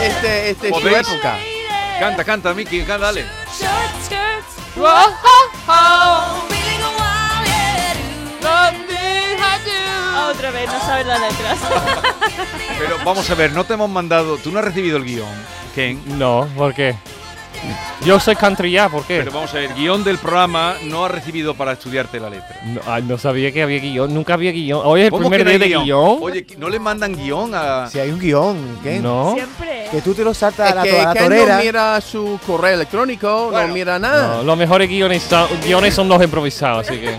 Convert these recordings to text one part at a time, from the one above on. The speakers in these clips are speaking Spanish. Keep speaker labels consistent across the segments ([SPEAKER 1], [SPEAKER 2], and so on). [SPEAKER 1] este es su
[SPEAKER 2] ¿Podéis?
[SPEAKER 1] época.
[SPEAKER 2] Canta, canta, Miki, canta, dale.
[SPEAKER 3] Otra vez, no sabes las letras.
[SPEAKER 2] Pero vamos a ver, no te hemos mandado, tú no has recibido el guión, Ken.
[SPEAKER 4] No, ¿por qué? Yo soy country ya, ¿por qué?
[SPEAKER 2] Pero vamos a ver, guión del programa no has recibido para estudiarte la letra.
[SPEAKER 4] No, ah, no sabía que había guión, nunca había guión. Hoy es el
[SPEAKER 2] ¿Cómo
[SPEAKER 4] primer
[SPEAKER 2] que no
[SPEAKER 4] día
[SPEAKER 2] hay
[SPEAKER 4] de guión.
[SPEAKER 2] Oye, ¿no le mandan guión a...?
[SPEAKER 5] Si hay un guión, ¿qué?
[SPEAKER 4] No.
[SPEAKER 3] Siempre. ¿eh?
[SPEAKER 5] Que tú te lo saltas
[SPEAKER 1] Es
[SPEAKER 5] a la,
[SPEAKER 1] que
[SPEAKER 5] a la
[SPEAKER 1] Ken
[SPEAKER 5] torera.
[SPEAKER 1] no mira su correo electrónico,
[SPEAKER 2] Bueno.
[SPEAKER 1] no mira nada.
[SPEAKER 4] No, los mejores guiones son, guiones son los improvisados, así que.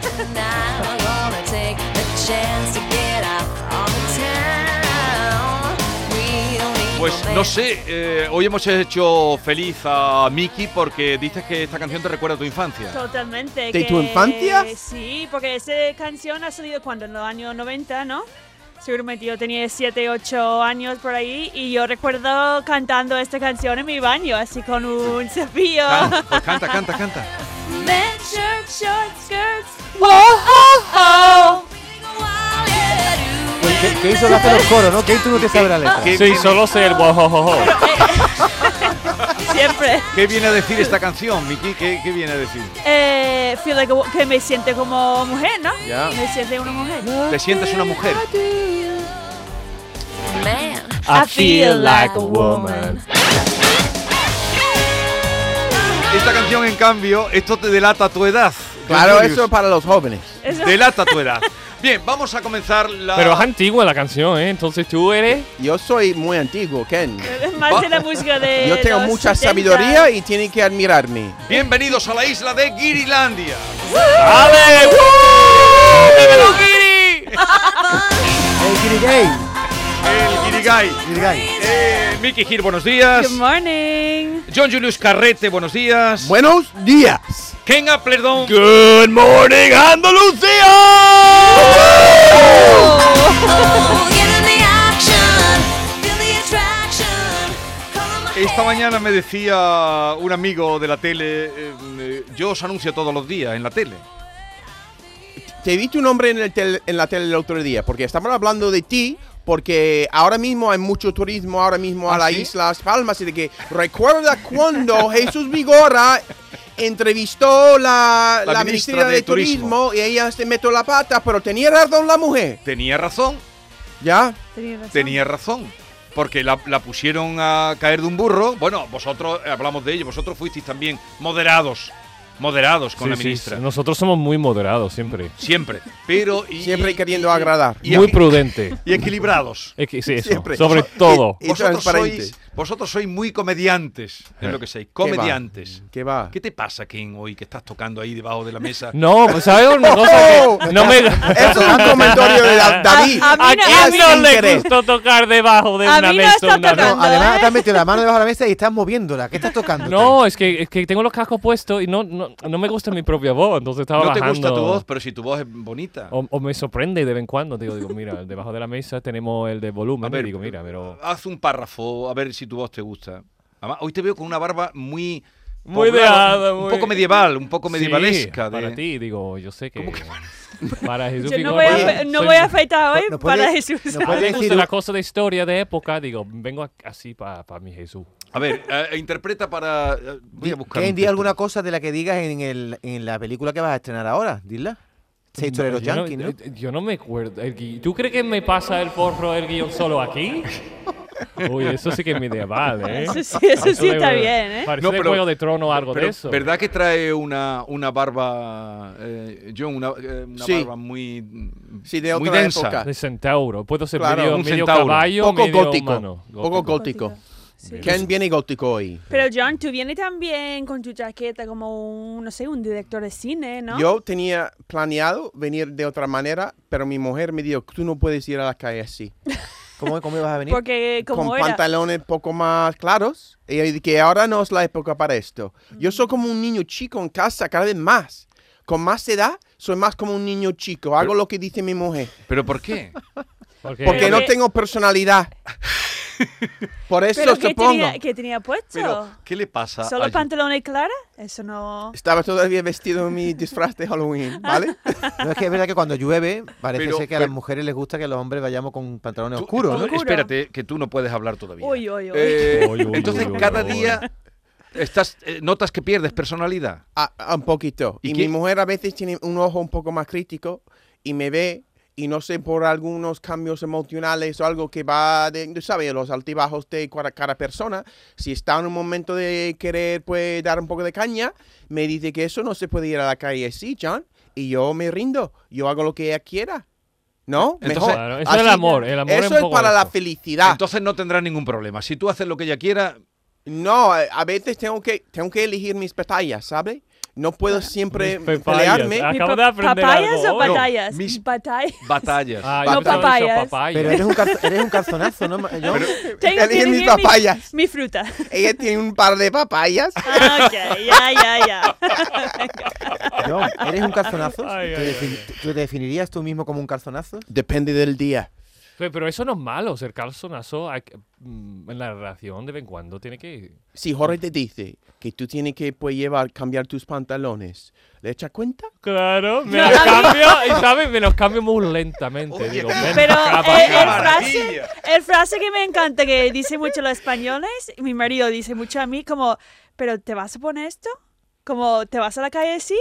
[SPEAKER 2] Pues no sé, eh, hoy hemos hecho feliz a Miki porque dices que esta canción te recuerda a tu infancia.
[SPEAKER 3] Totalmente.
[SPEAKER 1] ¿De
[SPEAKER 3] que-
[SPEAKER 1] tu infancia?
[SPEAKER 3] Sí, porque esa canción ha salido cuando, en los años 90, ¿no? Seguramente yo tenía 7, 8 años por ahí y yo recuerdo cantando esta canción en mi baño, así con un cepillo.
[SPEAKER 1] Ah.
[SPEAKER 2] Canta, pues canta, canta, canta.
[SPEAKER 1] Oh,
[SPEAKER 5] Pues, ¿Qué, qué hizo la hace los coros, no? Que tú no te sabes la letra.
[SPEAKER 2] ¿Qué,
[SPEAKER 4] Sí,
[SPEAKER 2] viene-
[SPEAKER 4] solo sé el bojojojo.
[SPEAKER 3] Siempre.
[SPEAKER 2] qué viene a decir esta canción, Miki? ¿Qué, qué viene a decir?
[SPEAKER 3] Eh, feel like a wo- que me siento como mujer, ¿no?
[SPEAKER 2] Ya.
[SPEAKER 3] Me siento una mujer.
[SPEAKER 1] Ah.
[SPEAKER 2] ¿Te sientes una mujer?
[SPEAKER 4] I feel like a woman.
[SPEAKER 2] Esta canción, en cambio, esto te delata tu edad.
[SPEAKER 1] Claro,
[SPEAKER 2] Julius,
[SPEAKER 1] eso es para los jóvenes.
[SPEAKER 3] Eso-
[SPEAKER 2] Delata tu edad. Bien, vamos a comenzar la...
[SPEAKER 4] Pero es antigua la canción, ¿eh? Entonces tú eres.
[SPEAKER 1] Yo soy muy antiguo, Ken.
[SPEAKER 3] es más de la música de.
[SPEAKER 1] Yo tengo
[SPEAKER 3] Eh, los
[SPEAKER 1] mucha
[SPEAKER 3] 70.
[SPEAKER 1] sabiduría y tienen que admirarme.
[SPEAKER 2] Bienvenidos a la isla de Girilandia.
[SPEAKER 4] ¡Ale! ¡Woo! ¡Dímelo, Kiri!
[SPEAKER 5] ¡Ey, Kirigay!
[SPEAKER 2] El Guirigay.
[SPEAKER 5] Kirigay.
[SPEAKER 2] Eh, Miki Gir, buenos días.
[SPEAKER 3] Good morning.
[SPEAKER 2] John Julius Carrete, buenos días.
[SPEAKER 1] Buenos días.
[SPEAKER 2] Ken Applerdon.
[SPEAKER 4] Good morning, Andalucía.
[SPEAKER 2] Esta mañana me decía un amigo de la tele, eh, eh, yo os anuncio todos los días en la tele.
[SPEAKER 1] Te vi tu nombre en, el tel- en la tele el otro día, porque estamos hablando de ti, porque ahora mismo hay mucho turismo, ahora mismo a
[SPEAKER 2] ¿Ah,
[SPEAKER 1] la
[SPEAKER 2] sí?
[SPEAKER 1] isla Las Palmas, y de que recuerda cuando Jesús Vigorra entrevistó la,
[SPEAKER 2] La
[SPEAKER 1] la
[SPEAKER 2] ministra
[SPEAKER 1] ministra de,
[SPEAKER 2] de
[SPEAKER 1] turismo. y ella se metió la pata, pero tenía razón la mujer,
[SPEAKER 2] Tenía razón,
[SPEAKER 1] ¿ya?
[SPEAKER 3] Tenía razón.
[SPEAKER 2] tenía razón. Porque la, la pusieron a caer de un burro. Bueno, vosotros eh, hablamos de ello, vosotros fuisteis también moderados. Moderados con la ministra.
[SPEAKER 4] Nosotros somos muy moderados siempre.
[SPEAKER 2] Siempre. Pero. y-
[SPEAKER 1] Siempre
[SPEAKER 2] y-
[SPEAKER 1] queriendo
[SPEAKER 2] y-
[SPEAKER 1] agradar.
[SPEAKER 2] Y,
[SPEAKER 4] muy
[SPEAKER 2] y-
[SPEAKER 4] prudente.
[SPEAKER 2] y equilibrados.
[SPEAKER 4] Es que sí, eso.
[SPEAKER 1] Siempre.
[SPEAKER 4] Sobre
[SPEAKER 1] Eso-
[SPEAKER 4] todo.
[SPEAKER 1] Y
[SPEAKER 2] Vosotros
[SPEAKER 1] transparente.
[SPEAKER 2] sois, vosotros sois muy comediantes. Es lo que sois. Comediantes.
[SPEAKER 1] ¿Qué va?
[SPEAKER 2] ¿Qué te pasa, Ken, hoy que estás tocando ahí debajo de la mesa?
[SPEAKER 4] No, pues, ¿sabes una cosa? Que no me.
[SPEAKER 1] Eso es un comentario de Da- David.
[SPEAKER 3] A- a mí no-
[SPEAKER 1] Ah,
[SPEAKER 4] ¿A
[SPEAKER 3] a
[SPEAKER 1] sin
[SPEAKER 3] mí
[SPEAKER 4] quién no le
[SPEAKER 1] querer.
[SPEAKER 4] gustó tocar debajo de
[SPEAKER 3] A
[SPEAKER 4] una
[SPEAKER 3] mí no
[SPEAKER 4] mesa?
[SPEAKER 3] está
[SPEAKER 4] una-
[SPEAKER 3] tocando.
[SPEAKER 5] No, además te has metido la mano debajo de la mesa y estás moviéndola. ¿Qué estás tocando?
[SPEAKER 4] No, es que, es que tengo los cascos puestos y no, no, no me gusta mi propia voz, entonces estaba
[SPEAKER 2] No te
[SPEAKER 4] bajando. Oh,
[SPEAKER 2] gusta tu voz, pero si tu voz es bonita.
[SPEAKER 4] O, o me sorprende de vez en cuando, digo, digo, mira, debajo de la mesa tenemos el de volumen, y digo, mira, pero...
[SPEAKER 2] haz un párrafo a ver si tu voz te gusta. Además, hoy te veo con una barba muy
[SPEAKER 4] Muy
[SPEAKER 2] poblada,
[SPEAKER 4] deada,
[SPEAKER 2] un
[SPEAKER 4] muy-
[SPEAKER 2] poco medieval, un poco
[SPEAKER 4] Sí,
[SPEAKER 2] medievalesca. de-
[SPEAKER 4] para ti, digo, yo sé que... Para Jesús
[SPEAKER 3] Yo no
[SPEAKER 4] Vigorra,
[SPEAKER 3] voy a,
[SPEAKER 5] Oye,
[SPEAKER 3] fe- no
[SPEAKER 4] soy-
[SPEAKER 3] voy a afeitar hoy
[SPEAKER 5] no puede-
[SPEAKER 3] para Jesús.
[SPEAKER 5] no
[SPEAKER 4] a
[SPEAKER 5] puede-
[SPEAKER 4] mí me
[SPEAKER 5] decir
[SPEAKER 4] gusta
[SPEAKER 5] un-
[SPEAKER 4] la cosa de historia, de época, digo, vengo a- así para mi Jesús.
[SPEAKER 2] A ver, eh, interpreta para. eh, voy a buscar.
[SPEAKER 5] ¿Quién
[SPEAKER 2] un
[SPEAKER 5] di
[SPEAKER 2] texto.
[SPEAKER 5] alguna cosa de la que digas en, el, en la película que vas a estrenar ahora?
[SPEAKER 2] Mm,
[SPEAKER 5] Dila. Seis toreros
[SPEAKER 2] pues
[SPEAKER 4] yo
[SPEAKER 5] yankees, ¿no?
[SPEAKER 4] eh, Yo no me acuerdo. el gui- ¿Tú crees que me pasa el forro del guión solo aquí? Uy, eso sí que es medieval, ¿eh?
[SPEAKER 3] Eso sí- eso sí
[SPEAKER 4] le-
[SPEAKER 3] está bien, ¿eh?
[SPEAKER 4] Parece
[SPEAKER 2] No,
[SPEAKER 4] de
[SPEAKER 2] pero-
[SPEAKER 4] Juego de Trono o algo
[SPEAKER 2] Pero,
[SPEAKER 4] de eso.
[SPEAKER 2] ¿Verdad que trae una, una barba, eh, John, una, eh, una
[SPEAKER 1] Sí.
[SPEAKER 2] barba muy,
[SPEAKER 1] Sí, de
[SPEAKER 2] muy
[SPEAKER 1] otra
[SPEAKER 2] densa?
[SPEAKER 1] época.
[SPEAKER 4] De centauro. Puedo ser
[SPEAKER 1] Claro,
[SPEAKER 4] medio,
[SPEAKER 2] un
[SPEAKER 4] medio
[SPEAKER 2] centauro.
[SPEAKER 4] caballo,
[SPEAKER 1] Poco
[SPEAKER 4] medio
[SPEAKER 1] gótico.
[SPEAKER 4] humano.
[SPEAKER 1] Poco gótico.
[SPEAKER 3] Ah, Sí.
[SPEAKER 1] Ken viene gótico hoy.
[SPEAKER 3] Pero John, tú vienes también con tu chaqueta como un, no sé, un director de cine, ¿no?
[SPEAKER 1] Yo tenía planeado venir de otra manera, pero mi mujer me dijo, tú no puedes ir a la calle así.
[SPEAKER 5] ¿Cómo, ¿Cómo ibas a venir?
[SPEAKER 3] Porque como
[SPEAKER 1] Con
[SPEAKER 3] era.
[SPEAKER 1] pantalones poco más claros. Y yo dije que ahora no es la época para esto. Yo soy como un niño chico en casa cada vez más. Con más edad, soy más como un niño chico. Hago lo que dice mi mujer.
[SPEAKER 2] ¿Pero por qué?
[SPEAKER 4] Porque,
[SPEAKER 1] Porque no
[SPEAKER 3] Pero-
[SPEAKER 1] tengo personalidad. Por eso
[SPEAKER 3] ¿Pero qué
[SPEAKER 1] supongo.
[SPEAKER 3] tenía, qué tenía puesto?
[SPEAKER 2] Pero, ah, ¿qué le pasa?
[SPEAKER 3] ¿Solo
[SPEAKER 2] a Yu-
[SPEAKER 3] pantalones clara? Eso no...
[SPEAKER 1] Estaba todavía vestido en mi disfraz de Halloween, ¿vale?
[SPEAKER 5] No, es que es verdad que cuando llueve parece
[SPEAKER 2] Pero-
[SPEAKER 5] ser que a
[SPEAKER 2] pero-
[SPEAKER 5] las mujeres les gusta que los hombres vayamos con pantalones
[SPEAKER 2] Tú-
[SPEAKER 5] oscuros,
[SPEAKER 2] tú-
[SPEAKER 5] ¿no?
[SPEAKER 3] Oscuro.
[SPEAKER 2] Espérate, que tú no puedes hablar todavía.
[SPEAKER 3] Uy, uy, uy.
[SPEAKER 2] Eh,
[SPEAKER 4] Uy, uy,
[SPEAKER 2] entonces,
[SPEAKER 4] uy, uy,
[SPEAKER 2] cada
[SPEAKER 4] uy.
[SPEAKER 2] día estás, eh, notas que pierdes personalidad.
[SPEAKER 1] A- a un poquito.
[SPEAKER 2] ¿Y
[SPEAKER 1] Y,
[SPEAKER 2] qué-
[SPEAKER 1] mi mujer a veces tiene un ojo un poco más crítico y me ve y no sé por algunos cambios emocionales o algo que va de, tú sabes, los altibajos de cada, cada persona, si está en un momento de querer pues dar un poco de caña, me dice que eso no se puede ir a la calle así, John, y yo me rindo, yo hago lo que ella quiera. ¿No?
[SPEAKER 2] Entonces,
[SPEAKER 1] Mejor.
[SPEAKER 4] Claro, eso
[SPEAKER 1] Así-
[SPEAKER 4] es el amor. El amor
[SPEAKER 1] Eso
[SPEAKER 4] un
[SPEAKER 1] es
[SPEAKER 4] poco
[SPEAKER 1] para la
[SPEAKER 4] eso.
[SPEAKER 1] felicidad.
[SPEAKER 2] Entonces no tendrás ningún problema. Si tú haces lo que ella quiera,
[SPEAKER 1] No, eh, a veces tengo que, tengo que elegir mis batallas, ¿sabes? No puedo siempre
[SPEAKER 4] Ah, Mis pepayas.
[SPEAKER 1] pelearme.
[SPEAKER 4] Ah,
[SPEAKER 3] ¿Mi
[SPEAKER 4] acabo
[SPEAKER 3] pa-
[SPEAKER 4] de aprender
[SPEAKER 3] ¿Papayas
[SPEAKER 4] algo
[SPEAKER 3] o
[SPEAKER 4] hoy.
[SPEAKER 3] batallas?
[SPEAKER 2] No, mis-
[SPEAKER 3] Batallas.
[SPEAKER 2] batallas.
[SPEAKER 4] Ah,
[SPEAKER 1] Papayas.
[SPEAKER 4] yo pensaba que decía
[SPEAKER 3] Papayas.
[SPEAKER 4] papaya.
[SPEAKER 5] Pero eres un, calzo- eres un calzonazo, ¿no? ma- John?
[SPEAKER 3] Tengo que
[SPEAKER 1] Elige mis
[SPEAKER 3] elegir mi-
[SPEAKER 1] papayas.
[SPEAKER 3] Mi fruta.
[SPEAKER 1] Ella tiene un par de papayas.
[SPEAKER 3] Ah, ok, ya, ya, ya.
[SPEAKER 5] John, ¿eres un calzonazo?
[SPEAKER 4] Ay,
[SPEAKER 5] ¿Te
[SPEAKER 4] ay,
[SPEAKER 5] defin- ¿Tú te definirías tú mismo como un calzonazo?
[SPEAKER 1] Depende del día.
[SPEAKER 4] Pe- Pero eso no es malo, ser calzonazo hay que- mm, en la relación de vez en cuando tiene que...
[SPEAKER 1] Si Jorge te dice que tú tienes que pues, llevar, cambiar tus pantalones, ¿le echas cuenta?
[SPEAKER 4] Claro, me los cambio, y sabes, me los cambio muy lentamente.
[SPEAKER 2] Oye,
[SPEAKER 4] digo, ven
[SPEAKER 3] Pero el,
[SPEAKER 4] acá, papá.
[SPEAKER 3] el frase, el frase que me encanta, que dicen mucho los españoles, y mi marido dice mucho a mí, como, ¿pero te vas a poner esto? Como, ¿te vas a la calle así?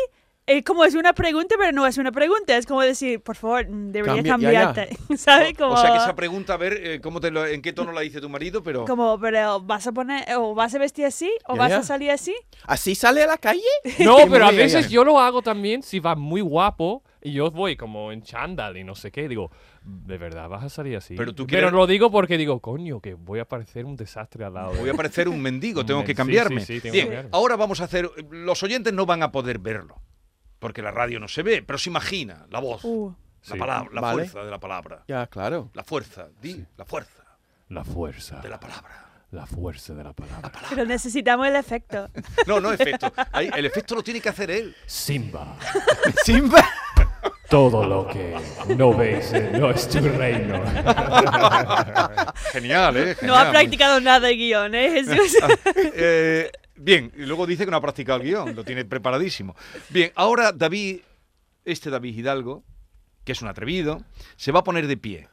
[SPEAKER 3] Eh, como es una pregunta, pero no es una pregunta. Es como decir, por favor, mm, debería
[SPEAKER 1] Cambia- ya, ya.
[SPEAKER 3] cambiarte. ¿Sabes?
[SPEAKER 2] O-
[SPEAKER 3] Como,
[SPEAKER 2] O sea que esa pregunta, a ver eh, cómo te lo- en qué tono la dice tu marido, pero
[SPEAKER 3] como, pero ¿vas a poner, o vas a vestir así? ¿O
[SPEAKER 1] Ya,
[SPEAKER 3] vas
[SPEAKER 1] ya.
[SPEAKER 3] a salir así?
[SPEAKER 1] ¿Así sale a la calle?
[SPEAKER 4] No,
[SPEAKER 1] Sí,
[SPEAKER 4] pero a
[SPEAKER 1] muy bien,
[SPEAKER 4] veces
[SPEAKER 1] ya.
[SPEAKER 4] yo lo hago también si va muy guapo y yo voy como en chándal y no sé qué. Digo, ¿de verdad vas a salir así?
[SPEAKER 2] Pero tú quieres-
[SPEAKER 4] lo digo porque digo, coño, que voy a parecer un desastre al lado. de-
[SPEAKER 2] voy a parecer un mendigo,
[SPEAKER 4] Un
[SPEAKER 2] tengo que
[SPEAKER 4] men- sí,
[SPEAKER 2] cambiarme.
[SPEAKER 4] sí, sí, tengo que
[SPEAKER 2] Bien,
[SPEAKER 4] cambiarme.
[SPEAKER 2] ahora vamos a hacer. Los oyentes no van a poder verlo, porque la radio no se ve, pero se imagina la voz,
[SPEAKER 3] Uh,
[SPEAKER 2] la
[SPEAKER 4] Sí.
[SPEAKER 2] palabra, la
[SPEAKER 1] Vale.
[SPEAKER 2] fuerza de la palabra,
[SPEAKER 1] Ya, claro.
[SPEAKER 2] la fuerza, di, la fuerza
[SPEAKER 4] La fuerza,
[SPEAKER 2] de la palabra.
[SPEAKER 4] la fuerza de la palabra.
[SPEAKER 3] pero necesitamos el efecto.
[SPEAKER 2] No, no efecto. Ahí, el efecto lo tiene que hacer él.
[SPEAKER 4] Simba,
[SPEAKER 5] Simba.
[SPEAKER 4] todo lo que no ves eh, no es tu reino.
[SPEAKER 2] Genial, ¿eh?
[SPEAKER 3] No ha
[SPEAKER 2] Genial.
[SPEAKER 3] practicado nada el guión, ¿eh, Jesús?
[SPEAKER 2] Eh, bien, y luego dice que no ha practicado el guión, lo tiene preparadísimo. Bien, ahora David, este David Hidalgo, que es un atrevido, se va a poner de pie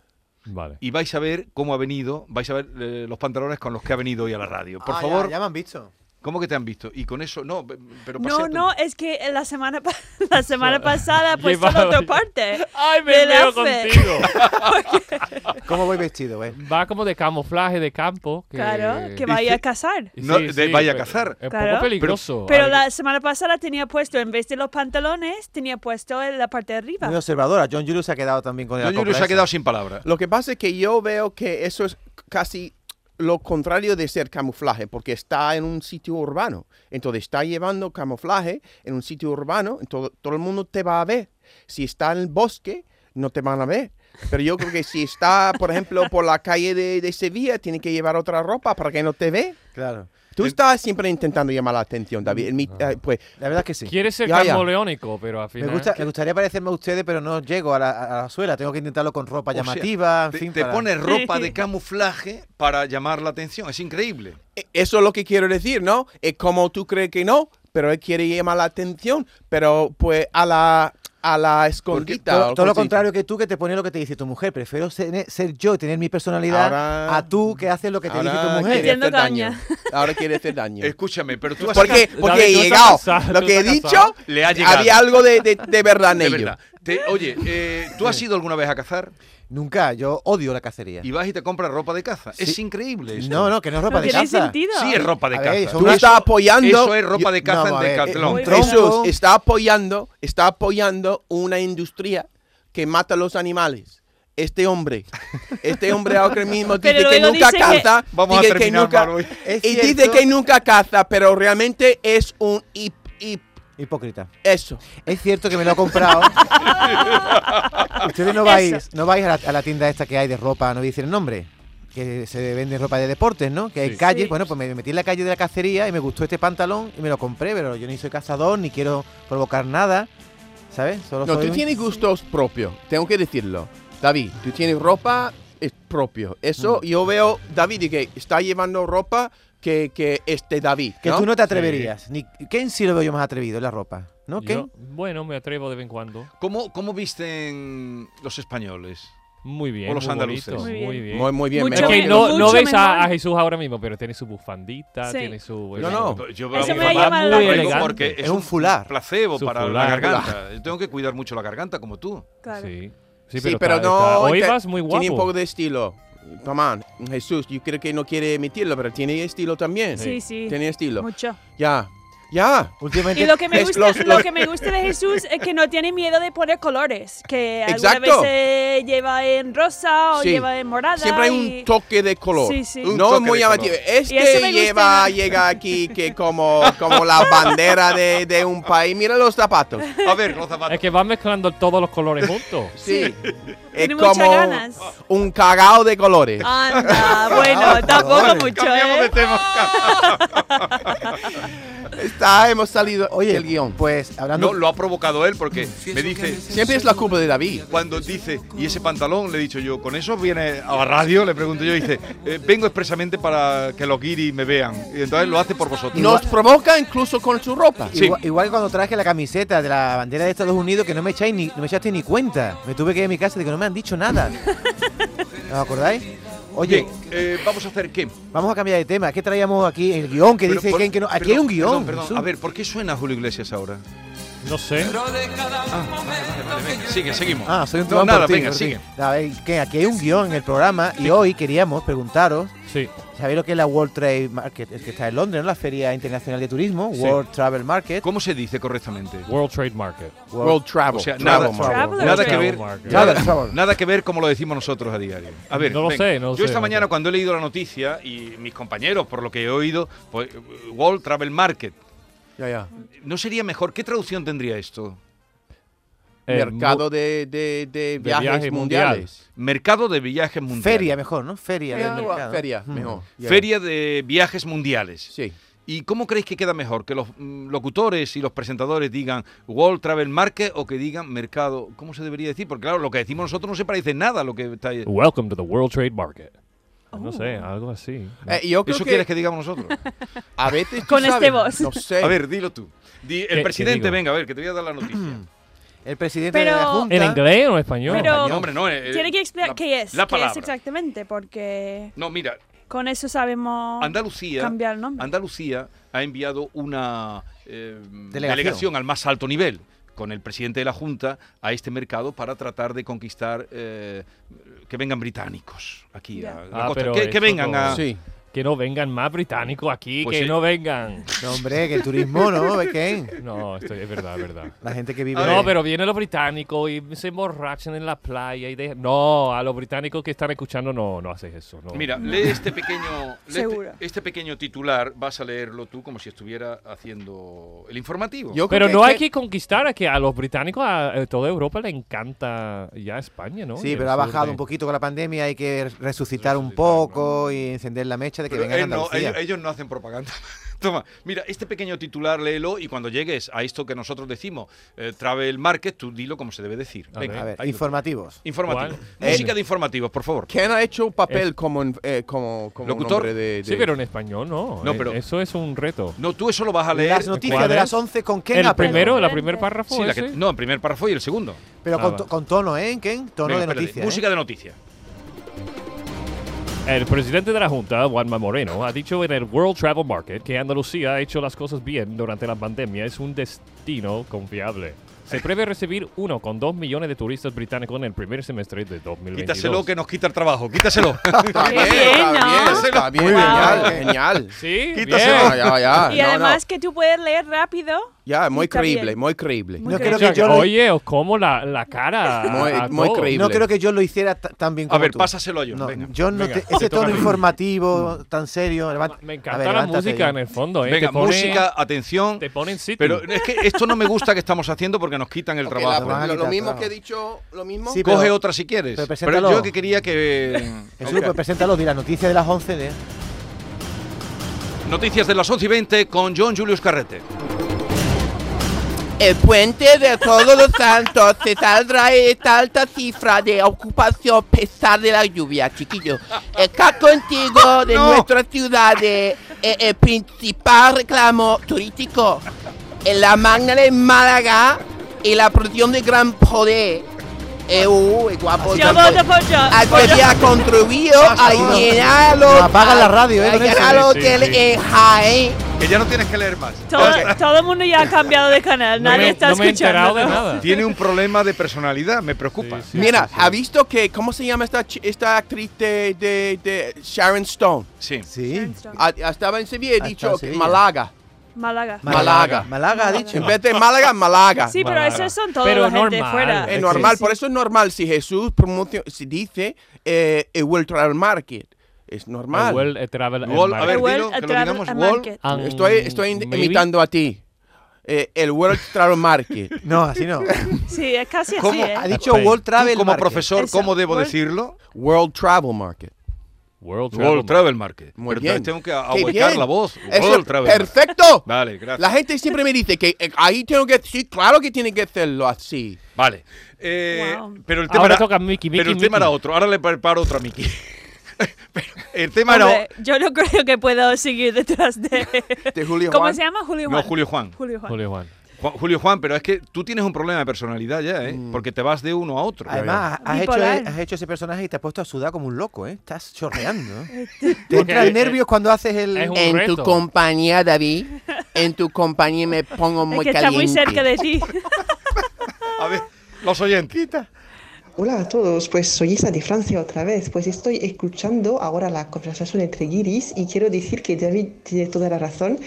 [SPEAKER 4] Vale.
[SPEAKER 2] y vais a ver cómo ha venido, vais a ver eh, los pantalones con los que ha venido hoy a la radio. Por
[SPEAKER 5] Ah, ya-
[SPEAKER 2] favor,
[SPEAKER 5] Ya, me han visto.
[SPEAKER 2] ¿cómo que te han visto? Y con eso, no, pe- pero
[SPEAKER 3] No,
[SPEAKER 2] pasea-
[SPEAKER 3] no, es que la semana, pa- la semana pasada pues en
[SPEAKER 4] Llevaba-
[SPEAKER 3] otra parte.
[SPEAKER 4] ¡Ay, me
[SPEAKER 3] del
[SPEAKER 4] veo
[SPEAKER 3] outfit.
[SPEAKER 4] contigo!
[SPEAKER 5] ¿Cómo voy vestido, eh?
[SPEAKER 4] Va como de camuflaje de campo. que-
[SPEAKER 3] Claro, que
[SPEAKER 2] va-
[SPEAKER 3] vaya a
[SPEAKER 2] Dice-
[SPEAKER 3] cazar.
[SPEAKER 4] Sí,
[SPEAKER 2] No, de-
[SPEAKER 4] sí,
[SPEAKER 2] vaya a
[SPEAKER 4] pero-
[SPEAKER 2] cazar.
[SPEAKER 4] Es un
[SPEAKER 3] Claro.
[SPEAKER 4] poco peligroso.
[SPEAKER 3] Pero
[SPEAKER 4] Hay-
[SPEAKER 3] la semana pasada tenía puesto, en vez de los pantalones, tenía puesto en la parte de arriba.
[SPEAKER 5] Muy observadora. John Julius se ha quedado también con el
[SPEAKER 2] Don Julio se ha quedado sin palabras.
[SPEAKER 1] Lo que pasa es que yo veo que eso es casi lo contrario de ser camuflaje, porque está en un sitio urbano. Entonces está llevando camuflaje en un sitio urbano, entonces todo el mundo te va a ver. Si está en el bosque, no te van a ver. Pero yo creo que si está, por ejemplo, por la calle de, de Sevilla, tiene que llevar otra ropa para que no te ve.
[SPEAKER 5] Claro.
[SPEAKER 1] Tú estás siempre intentando llamar la atención, David. En mi- eh, pues,
[SPEAKER 5] La verdad es que sí.
[SPEAKER 4] Quiere ser
[SPEAKER 1] Ya, ya.
[SPEAKER 4] camaleónico, pero al
[SPEAKER 5] Me,
[SPEAKER 4] final...
[SPEAKER 5] gusta, me gustaría parecerme a ustedes, pero no llego a la, a la suela. Tengo que intentarlo con ropa
[SPEAKER 2] O sea,
[SPEAKER 5] llamativa, en
[SPEAKER 2] Te,
[SPEAKER 5] fin.
[SPEAKER 2] te
[SPEAKER 5] para-
[SPEAKER 2] pones ropa de camuflaje para llamar la atención, es increíble.
[SPEAKER 1] e- eso es lo que quiero decir, ¿no? Es como tú crees que no, pero él quiere llamar la atención, pero pues a la, a la escondita.
[SPEAKER 5] Todo,
[SPEAKER 1] o
[SPEAKER 5] todo lo
[SPEAKER 1] cosita.
[SPEAKER 5] contrario que tú, que te pones lo que te dice tu mujer. Prefiero ser, ser yo y tener mi personalidad
[SPEAKER 1] Ahora-
[SPEAKER 5] a tú que haces lo que te dice tu
[SPEAKER 1] Ahora
[SPEAKER 5] mujer.
[SPEAKER 1] quiere
[SPEAKER 3] Entiendo
[SPEAKER 1] hacer daño.
[SPEAKER 3] caña.
[SPEAKER 1] Ahora quiere hacer daño.
[SPEAKER 2] Escúchame, pero tú has
[SPEAKER 1] Porque, porque he
[SPEAKER 4] tú estás
[SPEAKER 1] llegado.
[SPEAKER 4] casado,
[SPEAKER 1] lo
[SPEAKER 4] tú
[SPEAKER 1] que he
[SPEAKER 4] estás
[SPEAKER 1] dicho,
[SPEAKER 4] casado.
[SPEAKER 2] Le ha llegado.
[SPEAKER 1] había algo de, de- de verdad en
[SPEAKER 2] De
[SPEAKER 1] ello.
[SPEAKER 2] verdad. Te- oye, eh, ¿tú has ido alguna vez a cazar?
[SPEAKER 5] Nunca, yo odio la cacería.
[SPEAKER 2] Y vas y te compras ropa de caza. Es
[SPEAKER 5] Sí.
[SPEAKER 2] increíble esto.
[SPEAKER 5] No, no, que no es ropa
[SPEAKER 3] No
[SPEAKER 5] de
[SPEAKER 3] tiene
[SPEAKER 5] caza.
[SPEAKER 3] sentido.
[SPEAKER 2] Sí, es ropa de
[SPEAKER 5] A
[SPEAKER 2] caza.
[SPEAKER 5] ver,
[SPEAKER 1] Tú
[SPEAKER 5] Eso-
[SPEAKER 1] estás apoyando.
[SPEAKER 2] Eso es ropa de caza
[SPEAKER 5] No, a
[SPEAKER 2] en
[SPEAKER 5] ver,
[SPEAKER 2] Decathlon.
[SPEAKER 3] eh,
[SPEAKER 2] Eso-
[SPEAKER 1] Jesús
[SPEAKER 5] tronco.
[SPEAKER 1] está apoyando, está apoyando una industria que mata a los animales. Este hombre, este hombre ahora mismo dice
[SPEAKER 3] Pero
[SPEAKER 1] que
[SPEAKER 3] luego
[SPEAKER 1] nunca
[SPEAKER 3] dice que-
[SPEAKER 1] caza,
[SPEAKER 2] Vamos a
[SPEAKER 1] dice que
[SPEAKER 2] terminar
[SPEAKER 1] nunca,
[SPEAKER 2] mal hoy.
[SPEAKER 5] Es
[SPEAKER 1] y dice
[SPEAKER 5] cierto.
[SPEAKER 1] que nunca caza, pero realmente es un hip, hip,
[SPEAKER 5] Hipócrita.
[SPEAKER 1] eso.
[SPEAKER 5] Es cierto que me lo he comprado. Ustedes no vais, no vais a, la, a la tienda esta que hay de ropa, no voy a decir el nombre. Que se vende ropa de deportes, ¿no? Que hay
[SPEAKER 4] Sí.
[SPEAKER 5] calles.
[SPEAKER 3] Sí.
[SPEAKER 5] Bueno, pues me metí en la calle de la cacería y me gustó este pantalón y me lo compré, pero yo ni soy cazador ni quiero provocar nada. ¿Sabes? Solo
[SPEAKER 1] No,
[SPEAKER 5] soy
[SPEAKER 1] tú
[SPEAKER 5] un-
[SPEAKER 1] tienes gustos propios, tengo que decirlo. David, tú tienes ropa es propio. Eso yo veo David y que está llevando ropa que, que este David.
[SPEAKER 5] Que
[SPEAKER 1] ¿no?
[SPEAKER 5] tú no te atreverías. Ni, ¿Quién sí lo veo yo más atrevido? Es la ropa. ¿No? ¿Ken?
[SPEAKER 4] Yo- bueno, me atrevo de vez en cuando.
[SPEAKER 2] ¿Cómo, cómo visten los españoles?
[SPEAKER 4] Muy bien.
[SPEAKER 2] O los
[SPEAKER 4] muy
[SPEAKER 2] andaluces.
[SPEAKER 4] bonito,
[SPEAKER 3] Muy
[SPEAKER 4] Muy
[SPEAKER 3] bien.
[SPEAKER 4] bien.
[SPEAKER 1] Muy, muy bien.
[SPEAKER 4] Es
[SPEAKER 3] Mucho
[SPEAKER 1] mejor.
[SPEAKER 4] que
[SPEAKER 3] me-
[SPEAKER 4] no, no
[SPEAKER 3] mucho
[SPEAKER 4] veis a,
[SPEAKER 3] mejor.
[SPEAKER 4] a Jesús ahora mismo, pero tiene su bufandita,
[SPEAKER 3] Sí.
[SPEAKER 4] tiene su...
[SPEAKER 1] No, no.
[SPEAKER 2] Yo
[SPEAKER 3] Eso
[SPEAKER 2] a mi
[SPEAKER 3] me ha
[SPEAKER 2] mamá
[SPEAKER 3] llamado
[SPEAKER 2] la
[SPEAKER 4] muy
[SPEAKER 2] traigo
[SPEAKER 4] elegante.
[SPEAKER 2] porque
[SPEAKER 5] Oh. Es un fular.
[SPEAKER 2] Ah, placebo
[SPEAKER 4] Su
[SPEAKER 2] para la
[SPEAKER 4] fular.
[SPEAKER 2] garganta. Yo tengo que cuidar mucho la garganta, como tú.
[SPEAKER 3] Claro.
[SPEAKER 4] Sí.
[SPEAKER 1] Sí,
[SPEAKER 4] Sí,
[SPEAKER 1] pero,
[SPEAKER 4] está-
[SPEAKER 1] no.
[SPEAKER 4] está- Hoy
[SPEAKER 1] te-
[SPEAKER 4] vas muy guapo.
[SPEAKER 1] Tiene un poco de estilo. Tomán, Jesús, yo creo que no quiere emitirlo, pero tiene estilo también.
[SPEAKER 3] Sí, sí.
[SPEAKER 1] Tiene estilo.
[SPEAKER 3] Mucho.
[SPEAKER 1] Ya. Ya.
[SPEAKER 5] Últimamente.
[SPEAKER 3] Y lo que, me
[SPEAKER 1] Es
[SPEAKER 3] gusta,
[SPEAKER 1] los-
[SPEAKER 3] lo
[SPEAKER 1] los-
[SPEAKER 3] que me gusta de Jesús es que no tiene miedo de poner colores. Que alguna vez
[SPEAKER 1] Exacto.
[SPEAKER 3] se lleva en rosa o
[SPEAKER 1] Sí.
[SPEAKER 3] lleva en morada.
[SPEAKER 1] Siempre hay
[SPEAKER 3] y-
[SPEAKER 1] un toque de color.
[SPEAKER 3] Sí, sí.
[SPEAKER 2] Un
[SPEAKER 1] No es
[SPEAKER 2] toque
[SPEAKER 1] muy
[SPEAKER 2] de
[SPEAKER 1] llamativo.
[SPEAKER 2] color.
[SPEAKER 3] Y eso me
[SPEAKER 1] Este
[SPEAKER 3] gusta,
[SPEAKER 1] lleva,
[SPEAKER 3] ¿no?
[SPEAKER 1] llega aquí que como, como la bandera de, de un país. Mira los zapatos.
[SPEAKER 2] A ver, los zapatos.
[SPEAKER 4] Es que van mezclando todos los colores juntos.
[SPEAKER 1] Sí. Es
[SPEAKER 3] Tiene muchas
[SPEAKER 1] como
[SPEAKER 3] ganas. Ah.
[SPEAKER 1] un cagao de colores.
[SPEAKER 3] Anda, bueno, tampoco mucho,
[SPEAKER 2] Cambiamos de
[SPEAKER 3] ¿eh?
[SPEAKER 2] tema.
[SPEAKER 1] Está, hemos salido Oye, el guión.
[SPEAKER 5] Pues hablando.
[SPEAKER 2] No, lo ha provocado él porque me dice,
[SPEAKER 1] Siempre es la culpa de David.
[SPEAKER 2] cuando dice, y ese pantalón, le he dicho yo, ¿con eso viene a la radio? Le pregunto yo, y dice, "Eh, vengo expresamente para que los guiris me vean. Y entonces lo hace por vosotros.
[SPEAKER 1] Nos provoca incluso con su ropa.
[SPEAKER 2] Sí.
[SPEAKER 5] Igual, igual que cuando traje la camiseta de la bandera de Estados Unidos, que no me echáis ni, no me echaste ni cuenta. Me tuve que ir a mi casa de que no me han dicho nada. ¿Os acordáis? Oye,
[SPEAKER 2] Bien, eh, vamos a hacer qué?
[SPEAKER 5] vamos a cambiar de tema. ¿Qué traíamos aquí? El guión que
[SPEAKER 2] Pero,
[SPEAKER 5] dice
[SPEAKER 2] por-
[SPEAKER 5] Ken que no. Aquí
[SPEAKER 2] perdón,
[SPEAKER 5] hay un guión.
[SPEAKER 2] perdón, perdón.
[SPEAKER 5] Jesús.
[SPEAKER 2] A ver, ¿por qué suena Julio Iglesias ahora?
[SPEAKER 4] No sé.
[SPEAKER 2] Venga, sigue, seguimos.
[SPEAKER 5] Ah, soy un
[SPEAKER 2] No,
[SPEAKER 5] tobán
[SPEAKER 2] nada,
[SPEAKER 5] por ti,
[SPEAKER 2] venga,
[SPEAKER 5] por ti.
[SPEAKER 2] sigue.
[SPEAKER 5] A ver, Ken, aquí hay un guión en el programa y hoy queríamos preguntaros
[SPEAKER 4] Sí.
[SPEAKER 5] ¿Sabéis lo que es la World Trade Market? Es que está en Londres, ¿no? La Feria Internacional de Turismo,
[SPEAKER 4] Sí.
[SPEAKER 5] World Travel Market.
[SPEAKER 2] ¿Cómo se dice correctamente?
[SPEAKER 4] World Trade Market.
[SPEAKER 1] World travel.
[SPEAKER 2] O sea,
[SPEAKER 1] Travel,
[SPEAKER 2] nada,
[SPEAKER 1] Mark.
[SPEAKER 3] Travel.
[SPEAKER 2] nada que
[SPEAKER 4] Travel
[SPEAKER 2] ver,
[SPEAKER 4] market.
[SPEAKER 2] nada,
[SPEAKER 5] Travel, travel.
[SPEAKER 2] nada que ver como lo decimos nosotros a diario. A ver,
[SPEAKER 4] No lo
[SPEAKER 2] venga.
[SPEAKER 4] sé, no lo
[SPEAKER 2] yo
[SPEAKER 4] sé,
[SPEAKER 2] esta
[SPEAKER 4] no
[SPEAKER 2] mañana
[SPEAKER 4] sé.
[SPEAKER 2] cuando he leído la noticia y mis compañeros, por lo que he oído, pues World Travel Market,
[SPEAKER 1] Ya, ya.
[SPEAKER 2] ¿no sería mejor? ¿Qué traducción tendría esto?
[SPEAKER 4] Eh,
[SPEAKER 1] Mercado de, de, de viajes
[SPEAKER 4] viaje mundial.
[SPEAKER 1] mundiales.
[SPEAKER 2] Mercado de viajes mundiales.
[SPEAKER 5] Feria, mejor, ¿no? Feria. del
[SPEAKER 1] Feria,
[SPEAKER 5] mercado.
[SPEAKER 1] feria,
[SPEAKER 5] Mm.
[SPEAKER 1] mejor. Hmm. Ya.
[SPEAKER 2] Feria de viajes mundiales.
[SPEAKER 1] Sí.
[SPEAKER 2] ¿Y cómo creéis que queda mejor? ¿Que los mm, locutores y los presentadores digan World Travel Market o que digan mercado? ¿Cómo se debería decir? Porque claro, lo que decimos nosotros no se parece nada a lo que está... ¿Eso
[SPEAKER 4] Welcome to the World Trade Market. No sé,
[SPEAKER 3] Oh.
[SPEAKER 4] algo así.
[SPEAKER 1] Eh, yo creo que,
[SPEAKER 2] quieres que digamos nosotros?
[SPEAKER 1] a veces tú
[SPEAKER 3] Con este
[SPEAKER 1] sabes,
[SPEAKER 3] voz.
[SPEAKER 1] No sé.
[SPEAKER 2] A ver, dilo tú. Di-
[SPEAKER 4] ¿Qué-
[SPEAKER 2] el
[SPEAKER 4] qué
[SPEAKER 2] presidente,
[SPEAKER 4] digo?
[SPEAKER 2] venga, a ver, que te voy a dar la noticia.
[SPEAKER 5] El presidente de la
[SPEAKER 3] Pero-
[SPEAKER 5] Junta.
[SPEAKER 4] ¿En inglés o en español?
[SPEAKER 3] Pero-
[SPEAKER 2] no, hombre, no. eh,
[SPEAKER 3] Tiene que explicar
[SPEAKER 2] la-
[SPEAKER 3] qué es,
[SPEAKER 2] La
[SPEAKER 3] qué
[SPEAKER 2] palabra.
[SPEAKER 3] es exactamente, porque
[SPEAKER 2] No, mira,
[SPEAKER 3] con eso sabemos
[SPEAKER 2] Andalucía,
[SPEAKER 3] cambiar el nombre.
[SPEAKER 2] Andalucía ha enviado una eh,
[SPEAKER 5] Delegación.
[SPEAKER 2] delegación. al más alto nivel con el presidente de la Junta a este mercado para tratar de conquistar eh, que vengan británicos aquí.
[SPEAKER 3] Ya.
[SPEAKER 2] a la
[SPEAKER 4] Ah,
[SPEAKER 2] costa.
[SPEAKER 4] pero
[SPEAKER 2] que, que
[SPEAKER 4] eso
[SPEAKER 2] vengan
[SPEAKER 4] no-
[SPEAKER 2] a...
[SPEAKER 1] Sí.
[SPEAKER 4] Que no vengan más británicos aquí,
[SPEAKER 2] Pues
[SPEAKER 4] que
[SPEAKER 2] sí.
[SPEAKER 4] no vengan.
[SPEAKER 5] No, hombre, que el turismo, ¿no? ¿Ve ¿Qué?
[SPEAKER 4] No, esto es verdad, es verdad.
[SPEAKER 5] La gente que vive.
[SPEAKER 4] No, pero vienen los británicos y se emborrachan en la playa y de... No, a los británicos que están escuchando no, no haces eso. No.
[SPEAKER 2] Mira, lee este pequeño, lee este-
[SPEAKER 3] Seguro.
[SPEAKER 2] este, pequeño titular, vas a leerlo tú como si estuviera haciendo el informativo.
[SPEAKER 1] Yo creo
[SPEAKER 4] Pero no hay
[SPEAKER 1] que-
[SPEAKER 4] que conquistar a que a los británicos, a, a toda Europa le encanta ya España, ¿no? Y
[SPEAKER 5] Sí,
[SPEAKER 4] el
[SPEAKER 5] pero ha
[SPEAKER 4] sur
[SPEAKER 5] bajado
[SPEAKER 4] de-
[SPEAKER 5] un poquito con la pandemia. Hay que resucitar un
[SPEAKER 4] Resucitar,
[SPEAKER 5] poco y encender la mecha de que
[SPEAKER 2] Pero
[SPEAKER 5] vengan a
[SPEAKER 4] eh,
[SPEAKER 2] él no,
[SPEAKER 5] Andalucía.
[SPEAKER 2] ellos, ellos no hacen propaganda. Toma, mira, este pequeño titular léelo y cuando llegues a esto que nosotros decimos, eh, Travel Market, tú dilo como se debe decir.
[SPEAKER 4] A
[SPEAKER 2] Venga,
[SPEAKER 5] a ver,
[SPEAKER 2] ahí lo-
[SPEAKER 5] informativos.
[SPEAKER 2] informativo.
[SPEAKER 4] ¿Cuál?
[SPEAKER 2] Música
[SPEAKER 4] Eh,
[SPEAKER 2] de informativos, por favor.
[SPEAKER 1] ¿Quién ha hecho un papel como, en- eh, como, como
[SPEAKER 2] Locutor.
[SPEAKER 1] nombre de, de-
[SPEAKER 4] Sí, pero en español no.
[SPEAKER 2] No,
[SPEAKER 4] Eh,
[SPEAKER 2] pero-
[SPEAKER 4] Eso es un reto.
[SPEAKER 2] No, tú eso lo vas a leer.
[SPEAKER 5] Las noticias
[SPEAKER 4] ¿Cuál
[SPEAKER 5] de
[SPEAKER 4] es?
[SPEAKER 5] las 11 con Ken
[SPEAKER 4] El
[SPEAKER 5] Apple.
[SPEAKER 4] primero, el
[SPEAKER 3] Diferente.
[SPEAKER 4] primer párrafo
[SPEAKER 2] Sí, la que-
[SPEAKER 4] ese.
[SPEAKER 2] no, el primer párrafo y el segundo.
[SPEAKER 5] Pero
[SPEAKER 4] Ah,
[SPEAKER 5] con,
[SPEAKER 4] va.
[SPEAKER 5] to- con tono, ¿eh? Ken, tono
[SPEAKER 2] Venga,
[SPEAKER 5] de
[SPEAKER 2] espérate.
[SPEAKER 5] noticias. ¿eh?
[SPEAKER 2] Música de noticias.
[SPEAKER 4] El presidente de la Junta, Juanma Moreno, ha dicho en el World Travel Market que Andalucía ha hecho las cosas bien durante la pandemia. Es un destino confiable. Se prevé recibir 1,2 millones de turistas británicos en el primer semestre de 2022.
[SPEAKER 2] Quítaselo que nos quita el trabajo. Quítaselo.
[SPEAKER 1] Está
[SPEAKER 3] Qué
[SPEAKER 1] bien, está
[SPEAKER 3] bien,
[SPEAKER 1] bien,
[SPEAKER 3] ¿no?
[SPEAKER 1] está bien,
[SPEAKER 3] Muy bien.
[SPEAKER 1] genial, genial.
[SPEAKER 4] Sí,
[SPEAKER 2] Quítaselo.
[SPEAKER 4] bien.
[SPEAKER 1] Ya, ya, ya.
[SPEAKER 3] Y
[SPEAKER 1] Ah, No, no.
[SPEAKER 3] además que tú puedes leer rápido.
[SPEAKER 1] Ya, muy
[SPEAKER 3] Está bien.
[SPEAKER 1] creíble, muy creíble.
[SPEAKER 3] Muy
[SPEAKER 5] No creo
[SPEAKER 4] O
[SPEAKER 5] que
[SPEAKER 4] sea,
[SPEAKER 5] yo lo-
[SPEAKER 4] Oye, os como la, la cara. a-
[SPEAKER 1] Muy-
[SPEAKER 4] a
[SPEAKER 1] muy
[SPEAKER 4] todos.
[SPEAKER 1] creíble.
[SPEAKER 5] No creo que yo lo hiciera ta- tan bien
[SPEAKER 2] A
[SPEAKER 5] como
[SPEAKER 2] ver,
[SPEAKER 5] tú.
[SPEAKER 2] pásaselo a John.
[SPEAKER 5] No,
[SPEAKER 2] venga.
[SPEAKER 5] yo no
[SPEAKER 4] Venga,
[SPEAKER 5] te-
[SPEAKER 4] te
[SPEAKER 5] ese
[SPEAKER 4] toca a
[SPEAKER 5] tono
[SPEAKER 4] ti.
[SPEAKER 5] informativo tan serio. levanta-
[SPEAKER 4] Me
[SPEAKER 5] a
[SPEAKER 4] encanta
[SPEAKER 5] ver,
[SPEAKER 4] la
[SPEAKER 5] levántate
[SPEAKER 4] música
[SPEAKER 5] ya.
[SPEAKER 4] en el fondo, ¿eh?
[SPEAKER 2] Venga,
[SPEAKER 4] Te pone-
[SPEAKER 2] música, atención.
[SPEAKER 4] Te ponen sitio.
[SPEAKER 2] Pero es que esto no me gusta que estamos haciendo porque nos quitan el
[SPEAKER 1] Ok,
[SPEAKER 2] trabajo. ¿eh?
[SPEAKER 1] la-
[SPEAKER 5] Van a
[SPEAKER 1] lo, lo
[SPEAKER 5] quitar
[SPEAKER 1] mismo
[SPEAKER 5] trabajo.
[SPEAKER 1] que he dicho, lo mismo.
[SPEAKER 5] Sí,
[SPEAKER 2] Coge
[SPEAKER 5] pero-
[SPEAKER 2] otra si quieres. Pero,
[SPEAKER 5] pero preséntalo.
[SPEAKER 2] yo que quería que.
[SPEAKER 5] Jesús,
[SPEAKER 2] Ok.
[SPEAKER 5] pues preséntalo, di la noticia de las 11. De...
[SPEAKER 2] Noticias de las 11 y 20 con John Julius Carrete.
[SPEAKER 6] El puente de todos los santos se saldrá en esta alta cifra de ocupación a pesar de la lluvia, chiquillos. Está contigo de
[SPEAKER 2] No.
[SPEAKER 6] nuestras ciudades eh, el principal reclamo turístico. En la magna de Málaga y la producción de gran poder. Eh, uh, guapo,
[SPEAKER 3] Yo
[SPEAKER 6] guapo.
[SPEAKER 3] voto por yo.
[SPEAKER 6] Al
[SPEAKER 3] por yo.
[SPEAKER 6] que ha contribuido a llenar los,
[SPEAKER 5] Nos apagan Ah, la radio, eh,
[SPEAKER 6] a
[SPEAKER 5] con eso.
[SPEAKER 6] llenar los
[SPEAKER 4] Sí, sí,
[SPEAKER 6] hoteles
[SPEAKER 4] sí.
[SPEAKER 6] en Jaén.
[SPEAKER 2] Que ya no tienes que leer más.
[SPEAKER 3] Todo, todo el mundo ya ha cambiado de canal.
[SPEAKER 4] No
[SPEAKER 3] Nadie
[SPEAKER 4] me-
[SPEAKER 3] está
[SPEAKER 4] no me he
[SPEAKER 3] escuchando.
[SPEAKER 4] enterado de nada.
[SPEAKER 2] Tiene un problema de personalidad, me preocupa.
[SPEAKER 4] Sí, sí,
[SPEAKER 1] Mira,
[SPEAKER 4] sí, sí.
[SPEAKER 1] ¿ha visto que, cómo se llama esta, chi- esta actriz de, de- de Sharon Stone?
[SPEAKER 2] Sí.
[SPEAKER 5] Sí.
[SPEAKER 1] Ah, estaba en Sevilla y
[SPEAKER 5] Ah,
[SPEAKER 1] ha
[SPEAKER 5] estaba
[SPEAKER 1] dicho
[SPEAKER 5] en
[SPEAKER 1] que
[SPEAKER 5] Sevilla.
[SPEAKER 1] Málaga.
[SPEAKER 3] Málaga.
[SPEAKER 1] Málaga.
[SPEAKER 5] Málaga ha dicho.
[SPEAKER 1] En vez de Málaga, Málaga.
[SPEAKER 3] Sí, pero
[SPEAKER 4] Málaga.
[SPEAKER 3] esos son todos
[SPEAKER 4] Pero
[SPEAKER 3] la gente
[SPEAKER 4] normal.
[SPEAKER 3] fuera.
[SPEAKER 1] Es
[SPEAKER 4] Sí,
[SPEAKER 1] normal,
[SPEAKER 4] sí.
[SPEAKER 1] por eso es normal. Si Jesús promocio- si dice eh, el World Travel Market, es normal.
[SPEAKER 4] World, eh, Travel and
[SPEAKER 2] Wall, a ver,
[SPEAKER 4] Market.
[SPEAKER 3] World
[SPEAKER 2] dilo, que lo
[SPEAKER 3] Travel
[SPEAKER 2] digamos,
[SPEAKER 3] and
[SPEAKER 2] World.
[SPEAKER 3] Market.
[SPEAKER 4] And
[SPEAKER 1] Estoy, estoy in-
[SPEAKER 4] maybe-
[SPEAKER 1] imitando a ti. Eh, el World Travel Market.
[SPEAKER 5] No, así no.
[SPEAKER 3] Sí, es casi así,
[SPEAKER 2] ¿Cómo?
[SPEAKER 3] ¿eh?
[SPEAKER 5] Ha dicho
[SPEAKER 4] Tú
[SPEAKER 5] World
[SPEAKER 2] Tú,
[SPEAKER 5] Travel.
[SPEAKER 2] como
[SPEAKER 5] Market.
[SPEAKER 2] profesor,
[SPEAKER 3] Eso,
[SPEAKER 2] ¿cómo debo
[SPEAKER 3] World-
[SPEAKER 2] decirlo?
[SPEAKER 1] World Travel Market.
[SPEAKER 4] World Travel
[SPEAKER 2] World Travel Market.
[SPEAKER 1] Muy
[SPEAKER 2] Pero
[SPEAKER 1] bien.
[SPEAKER 2] entonces tengo que a-
[SPEAKER 1] Qué
[SPEAKER 2] ahuecar
[SPEAKER 1] bien.
[SPEAKER 2] la voz.
[SPEAKER 1] Eso
[SPEAKER 2] World
[SPEAKER 1] es
[SPEAKER 2] Travel Market.
[SPEAKER 1] perfecto.
[SPEAKER 2] Vale, gracias.
[SPEAKER 1] La gente siempre me dice que eh, ahí tengo que. Sí, claro que tiene que hacerlo así.
[SPEAKER 2] Vale. Eh,
[SPEAKER 3] Wow.
[SPEAKER 2] Pero el tema,
[SPEAKER 4] Ahora
[SPEAKER 2] era,
[SPEAKER 4] toca Mickey,
[SPEAKER 2] pero
[SPEAKER 4] Mickey,
[SPEAKER 2] el tema era
[SPEAKER 4] Mickey.
[SPEAKER 2] otro. Ahora le preparo otra a Mickey. Pero el tema
[SPEAKER 3] Hombre,
[SPEAKER 2] era.
[SPEAKER 3] yo no creo que puedo seguir detrás de...
[SPEAKER 1] De Julio
[SPEAKER 3] ¿Cómo
[SPEAKER 1] Juan.
[SPEAKER 3] se llama? Julio
[SPEAKER 2] No,
[SPEAKER 3] Juan.
[SPEAKER 2] Julio Juan.
[SPEAKER 3] Julio Juan.
[SPEAKER 4] Julio Juan.
[SPEAKER 2] Juan- Julio Juan, pero es que tú tienes un problema de personalidad ya, ¿eh? Porque te vas de uno a otro.
[SPEAKER 5] Además, has hecho, e-,
[SPEAKER 3] Bipolar.
[SPEAKER 5] has hecho ese personaje y te has puesto a sudar como un loco, ¿eh? Estás chorreando. ¿eh?
[SPEAKER 3] Este-
[SPEAKER 5] te entran nervios cuando haces el.
[SPEAKER 4] Es un
[SPEAKER 6] En
[SPEAKER 4] reto.
[SPEAKER 6] tu compañía, David, en tu compañía me pongo
[SPEAKER 3] Es
[SPEAKER 6] muy
[SPEAKER 3] que está
[SPEAKER 6] caliente.
[SPEAKER 3] muy cerca de ti.
[SPEAKER 2] A ver, los oyentes.
[SPEAKER 7] Hola a todos, pues soy Isa de Francia otra vez. Pues estoy escuchando ahora la conversación entre Giris y quiero decir que David tiene toda la razón.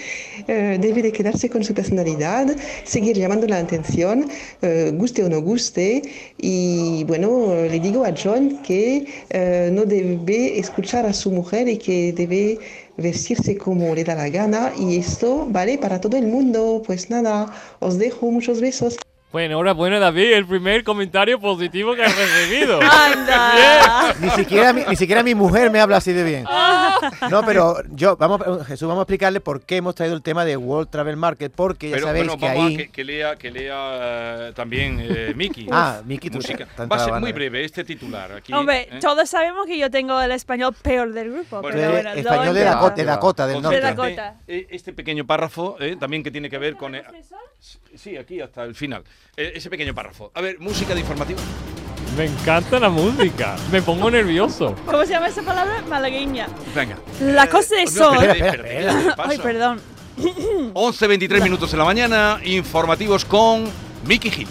[SPEAKER 7] Eh, debe de quedarse con su personalidad, seguir llamando la atención, eh, guste o no guste. Y bueno, eh, le digo a John que eh, no debe escuchar a su mujer y que debe vestirse como le da la gana. Y esto vale para todo el mundo. Pues nada, os dejo muchos besos.
[SPEAKER 4] Bueno, enhorabuena, David. El primer comentario positivo que has recibido.
[SPEAKER 3] ¡Anda!
[SPEAKER 5] Ni siquiera, mi, ni siquiera mi mujer me habla así de bien. No, pero yo, vamos, a- Jesús, vamos a explicarle por qué hemos traído el tema de World Travel Market, porque ya
[SPEAKER 2] Pero
[SPEAKER 5] sabéis
[SPEAKER 2] bueno,
[SPEAKER 5] que
[SPEAKER 2] vamos
[SPEAKER 5] ahí.
[SPEAKER 2] a que, que lea, que lea eh, también eh, Miki.
[SPEAKER 5] Ah, Miki, tú
[SPEAKER 2] Música.
[SPEAKER 5] tanta
[SPEAKER 2] Va a ser
[SPEAKER 5] habana.
[SPEAKER 2] muy breve este titular. Aquí,
[SPEAKER 3] Hombre,
[SPEAKER 2] ¿eh?
[SPEAKER 3] todos sabemos que yo tengo el español peor del grupo.
[SPEAKER 2] Bueno,
[SPEAKER 5] Tú
[SPEAKER 3] pero
[SPEAKER 5] eres
[SPEAKER 3] bueno, lo
[SPEAKER 5] eh, español de
[SPEAKER 1] la
[SPEAKER 3] intento.
[SPEAKER 1] entiendo.
[SPEAKER 5] Dakota, de Dakota del
[SPEAKER 2] Concéntrate,
[SPEAKER 5] norte.
[SPEAKER 3] De Dakota.
[SPEAKER 2] eh, Este pequeño párrafo eh, también que tiene que ver con... eh, sí, aquí hasta el final. Eh, ese pequeño párrafo. A ver, música de informativo.
[SPEAKER 4] Me encanta la música. Me pongo nervioso.
[SPEAKER 3] ¿Cómo se llama esa palabra? Malagueña.
[SPEAKER 5] Eh,
[SPEAKER 2] Venga.
[SPEAKER 3] La cosa
[SPEAKER 2] Eh,
[SPEAKER 3] de
[SPEAKER 2] no,
[SPEAKER 3] son...
[SPEAKER 2] espérate,
[SPEAKER 5] Espera,
[SPEAKER 2] espérate, ¿qué le pasa?
[SPEAKER 3] Ay, perdón.
[SPEAKER 2] 11.23 minutos de la mañana, informativos con Miki Gil.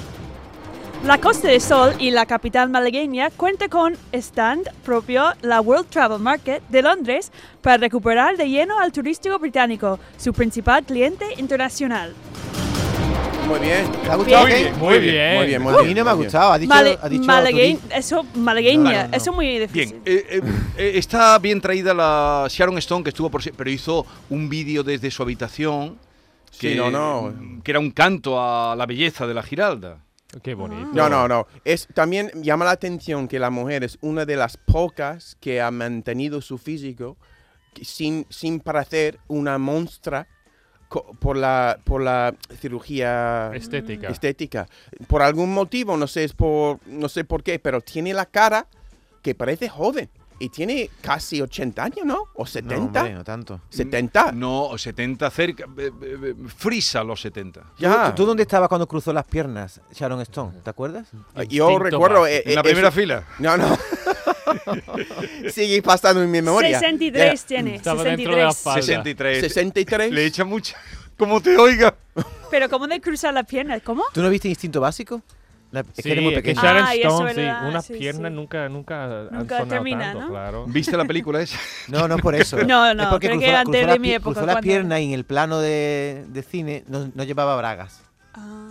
[SPEAKER 3] La Costa del Sol y la capital malagueña cuenta con stand propio la World Travel Market de Londres para recuperar de lleno al turístico británico, su principal cliente internacional.
[SPEAKER 1] Muy bien.
[SPEAKER 5] ¿Te ha gustado?
[SPEAKER 2] Muy
[SPEAKER 5] Kate?
[SPEAKER 2] bien,
[SPEAKER 4] Muy bien.
[SPEAKER 1] Muy bien, muy
[SPEAKER 5] Uh, A
[SPEAKER 1] bien.
[SPEAKER 5] mí no
[SPEAKER 1] muy
[SPEAKER 5] me ha
[SPEAKER 1] bien.
[SPEAKER 5] gustado. Ha dicho,
[SPEAKER 3] Male-
[SPEAKER 5] ha dicho
[SPEAKER 3] malagueña-
[SPEAKER 5] turista.
[SPEAKER 3] eso malagueña,
[SPEAKER 5] No, no, no.
[SPEAKER 3] eso es muy difícil.
[SPEAKER 2] Bien, eh, eh, eh, está bien traída la Sharon Stone, que estuvo por... si- Pero hizo un vídeo desde su habitación. Que,
[SPEAKER 1] Sí, no, no.
[SPEAKER 2] que era un canto a la belleza de la Giralda.
[SPEAKER 4] Qué bonito.
[SPEAKER 1] No, no, no. Es, también llama la atención que la mujer es una de las pocas que ha mantenido su físico que- sin, sin parecer una monstrua co- por la, por la
[SPEAKER 3] Ah.
[SPEAKER 1] cirugía
[SPEAKER 4] Estética.
[SPEAKER 5] Este,
[SPEAKER 1] estética. Por algún motivo, no sé, es por, no sé por qué, pero tiene la cara que parece joven. Y tiene casi 80 años, ¿no? ¿O
[SPEAKER 5] No,
[SPEAKER 1] 70?
[SPEAKER 5] hombre, Mm, no tanto.
[SPEAKER 1] 70.
[SPEAKER 2] No, 70 cerca. eh, eh, eh, frisa los 70.
[SPEAKER 1] Ya.
[SPEAKER 5] ¿Tú, tú dónde estabas cuando cruzó las piernas Sharon Stone? ¿Te acuerdas?
[SPEAKER 1] Yo
[SPEAKER 4] Instinto
[SPEAKER 1] recuerdo...
[SPEAKER 5] eh,
[SPEAKER 4] básico.
[SPEAKER 2] En la primera
[SPEAKER 1] fila.
[SPEAKER 2] fila.
[SPEAKER 1] No, no. Sigue pasando en mi memoria.
[SPEAKER 3] 63 tiene,
[SPEAKER 4] Estaba dentro de la
[SPEAKER 3] 63.
[SPEAKER 4] falda.
[SPEAKER 2] 63.
[SPEAKER 1] Era 63.
[SPEAKER 2] Le echa mucha. Como te oiga.
[SPEAKER 3] Pero ¿cómo de cruzar las piernas? ¿Cómo?
[SPEAKER 5] ¿Tú no viste Instinto Básico? La- es
[SPEAKER 4] Sí,
[SPEAKER 5] que eres muy
[SPEAKER 4] es que
[SPEAKER 5] pequeño.
[SPEAKER 4] Sharon
[SPEAKER 3] Ah, y eso es
[SPEAKER 4] Stone, sí,
[SPEAKER 3] verdad,
[SPEAKER 4] unas
[SPEAKER 3] sí,
[SPEAKER 4] piernas
[SPEAKER 3] sí.
[SPEAKER 4] nunca, nunca, han
[SPEAKER 3] Nunca
[SPEAKER 4] sonado
[SPEAKER 3] termina,
[SPEAKER 4] tanto,
[SPEAKER 3] ¿no?
[SPEAKER 4] claro.
[SPEAKER 2] ¿Viste la película esa?
[SPEAKER 5] No, no por eso.
[SPEAKER 3] No, no,
[SPEAKER 5] es porque
[SPEAKER 3] creo
[SPEAKER 5] cruzó,
[SPEAKER 3] que
[SPEAKER 5] la-
[SPEAKER 3] antes
[SPEAKER 5] cruzó
[SPEAKER 3] de
[SPEAKER 5] la
[SPEAKER 3] mi
[SPEAKER 5] pi-
[SPEAKER 3] época,
[SPEAKER 5] Cruzó las
[SPEAKER 3] cuando-
[SPEAKER 5] piernas y en el plano de, de cine no, no llevaba bragas.
[SPEAKER 3] Ah,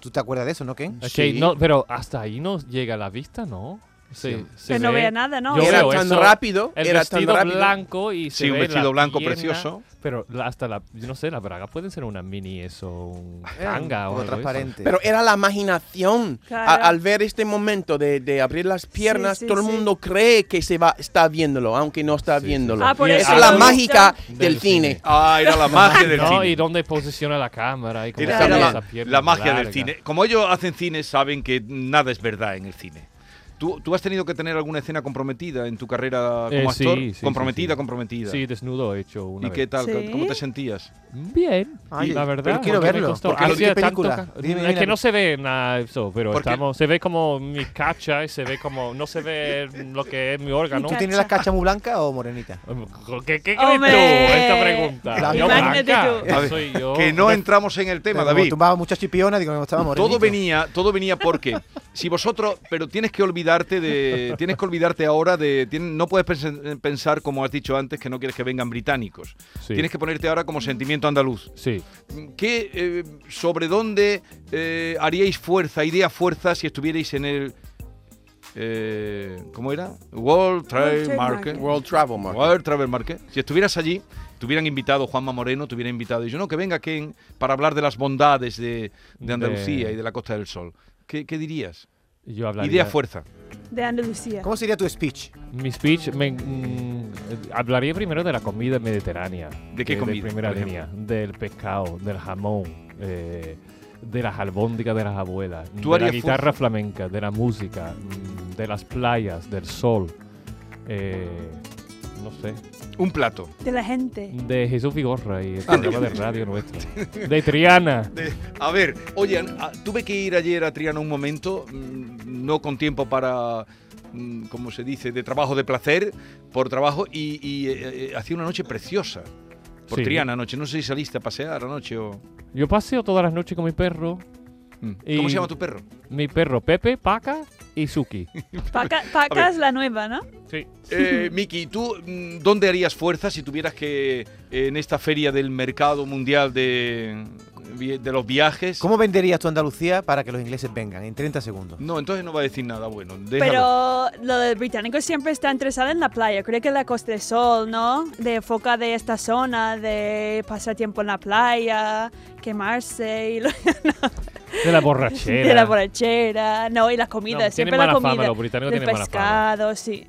[SPEAKER 5] ¿Tú te acuerdas de eso, no, Ken?
[SPEAKER 4] Ok, no, pero hasta ahí no llega la vista, ¿no? se, se
[SPEAKER 3] Que no
[SPEAKER 4] ve-
[SPEAKER 3] vea nada, ¿no?
[SPEAKER 4] yo
[SPEAKER 1] Era
[SPEAKER 4] veo
[SPEAKER 1] tan
[SPEAKER 4] eso,
[SPEAKER 1] rápido,
[SPEAKER 4] El
[SPEAKER 1] era tan
[SPEAKER 4] vestido
[SPEAKER 1] rápido.
[SPEAKER 4] blanco y
[SPEAKER 2] Sí,
[SPEAKER 4] se
[SPEAKER 2] un
[SPEAKER 4] ve la
[SPEAKER 2] vestido blanco
[SPEAKER 4] pierna,
[SPEAKER 2] precioso.
[SPEAKER 4] Pero la- hasta la, yo no sé, la braga puede ser una mini eso, un tanga o algo
[SPEAKER 5] o
[SPEAKER 4] de eso.
[SPEAKER 5] Eh, transparente.
[SPEAKER 1] Pero era la imaginación. A-
[SPEAKER 3] Claro.
[SPEAKER 1] al ver este momento de, de abrir las piernas,
[SPEAKER 3] sí,
[SPEAKER 1] todo el
[SPEAKER 3] sí.
[SPEAKER 1] mundo cree que se va, está viéndolo, aunque no está
[SPEAKER 4] Sí, sí.
[SPEAKER 1] viéndolo.
[SPEAKER 3] Ah, por
[SPEAKER 4] Y
[SPEAKER 1] Esa
[SPEAKER 3] eso
[SPEAKER 1] es la
[SPEAKER 3] me
[SPEAKER 1] mágica
[SPEAKER 3] gusta.
[SPEAKER 1] del,
[SPEAKER 4] Del
[SPEAKER 1] cine.
[SPEAKER 4] cine.
[SPEAKER 2] Ah, era la magia del
[SPEAKER 4] No,
[SPEAKER 2] cine.
[SPEAKER 4] y dónde posiciona la cámara y cómo
[SPEAKER 2] Era,
[SPEAKER 4] se
[SPEAKER 2] era
[SPEAKER 4] ve
[SPEAKER 2] la,
[SPEAKER 4] esa pierna
[SPEAKER 2] la magia del
[SPEAKER 4] larga.
[SPEAKER 2] cine. Como ellos hacen cine, saben que nada es verdad en el cine. ¿Tú, tú has tenido que tener alguna escena comprometida en tu carrera como
[SPEAKER 4] Eh, sí,
[SPEAKER 2] actor?
[SPEAKER 4] sí, sí,
[SPEAKER 2] comprometida,
[SPEAKER 4] sí.
[SPEAKER 2] comprometida.
[SPEAKER 4] Sí, desnudo he hecho una
[SPEAKER 2] ¿Y qué
[SPEAKER 4] vez.
[SPEAKER 2] tal?
[SPEAKER 3] Sí.
[SPEAKER 2] ¿Cómo te sentías?
[SPEAKER 4] Bien,
[SPEAKER 5] Ay,
[SPEAKER 4] la verdad.
[SPEAKER 5] pero quiero
[SPEAKER 4] porque me
[SPEAKER 5] verlo,
[SPEAKER 4] costó.
[SPEAKER 5] porque lo
[SPEAKER 4] Hacía
[SPEAKER 5] vi en
[SPEAKER 4] tanto
[SPEAKER 5] película.
[SPEAKER 4] ca-
[SPEAKER 5] Dime,
[SPEAKER 4] es
[SPEAKER 5] dime.
[SPEAKER 4] que no se ve nada eso, pero
[SPEAKER 2] Porque-
[SPEAKER 4] estamos, se ve como mi cacha y se ve como, no se ve lo que es mi órgano.
[SPEAKER 5] ¿Tú tienes las cachas muy blancas o morenita?
[SPEAKER 4] ¿Qué, qué crees
[SPEAKER 3] Hombre,
[SPEAKER 4] tú? Esta pregunta.
[SPEAKER 5] La
[SPEAKER 4] Yo
[SPEAKER 3] imagínate
[SPEAKER 4] blanca,
[SPEAKER 3] tú.
[SPEAKER 2] A ver,
[SPEAKER 4] soy yo.
[SPEAKER 2] que no entramos en el tema,
[SPEAKER 5] Pero como
[SPEAKER 2] David.
[SPEAKER 5] Tumbaba mucha chipiona, digo, no estaba morenito.
[SPEAKER 2] Todo venía, todo venía porque si vosotros, pero tienes que olvidarte de, tienes que olvidarte ahora de, tien- no puedes pens- pensar como has dicho antes que no quieres que vengan británicos.
[SPEAKER 4] Sí.
[SPEAKER 2] Tienes que ponerte ahora como sentimiento andaluz.
[SPEAKER 4] Sí.
[SPEAKER 2] ¿Qué, eh, sobre dónde eh, haríais fuerza, iría fuerza si estuvierais en el, eh, ¿cómo era? World Trade
[SPEAKER 3] Trade
[SPEAKER 2] Market.
[SPEAKER 3] Market.
[SPEAKER 1] World Travel Market.
[SPEAKER 2] World Travel Market. Si estuvieras allí, te hubieran invitado Juanma Moreno, te hubiera invitado y yo, no, que venga Ken para hablar de las bondades de, de Andalucía
[SPEAKER 4] De-
[SPEAKER 2] y de la Costa del Sol. ¿Qué, qué dirías?
[SPEAKER 4] Yo hablaría.
[SPEAKER 2] Idea fuerza.
[SPEAKER 3] De Andalucía.
[SPEAKER 5] ¿Cómo sería tu speech?
[SPEAKER 4] Mi speech me, mm, hablaría primero de la comida mediterránea.
[SPEAKER 2] ¿De qué
[SPEAKER 4] que
[SPEAKER 2] comida,
[SPEAKER 4] primera
[SPEAKER 2] por
[SPEAKER 4] línea. Del pescado, del jamón, eh, de las albóndigas de las abuelas,
[SPEAKER 2] ¿Tú
[SPEAKER 4] de la
[SPEAKER 2] harías fu-
[SPEAKER 4] guitarra flamenca, de la música, mm, de las playas, del sol. eh, no sé.
[SPEAKER 2] Un plato.
[SPEAKER 3] De la gente.
[SPEAKER 4] De Jesús Vigorra y el
[SPEAKER 2] Ah,
[SPEAKER 4] programa de radio nuestro. De Triana.
[SPEAKER 2] De- a ver, oye, a- tuve que ir ayer a Triana un momento, mm, no con tiempo para, mm, como se dice, de trabajo de placer, por trabajo, y, y, eh, eh, hacía una noche preciosa. Por
[SPEAKER 4] Sí.
[SPEAKER 2] Triana anoche, no sé si saliste a pasear anoche o...
[SPEAKER 4] Yo paseo todas las noches con mi perro.
[SPEAKER 2] Mm.
[SPEAKER 4] Y-
[SPEAKER 2] ¿Cómo se llama tu perro?
[SPEAKER 4] Mi perro Pepe, Paca y Suki.
[SPEAKER 3] Paca, Paca es la nueva, ¿no?
[SPEAKER 4] Sí.
[SPEAKER 2] Eh, Miki, ¿tú mm, dónde harías fuerza si tuvieras que eh, en esta feria del mercado mundial de, de los viajes?
[SPEAKER 5] ¿Cómo venderías tu Andalucía para que los ingleses vengan en 30 segundos?
[SPEAKER 2] No, entonces no va a decir nada bueno. déjalo.
[SPEAKER 3] Pero lo del británico siempre está interesado en la playa. Creo que la Costa del Sol, ¿no? De foca de esta zona, de pasar tiempo en la playa, quemarse y lo-
[SPEAKER 4] De la borrachera.
[SPEAKER 3] de la borrachera. No, y la
[SPEAKER 4] No,
[SPEAKER 3] comida,
[SPEAKER 4] tienen
[SPEAKER 3] siempre la
[SPEAKER 4] mala
[SPEAKER 3] comida.
[SPEAKER 4] fama, los británicos
[SPEAKER 3] del
[SPEAKER 4] tienen mala fama.
[SPEAKER 3] pescado, sí.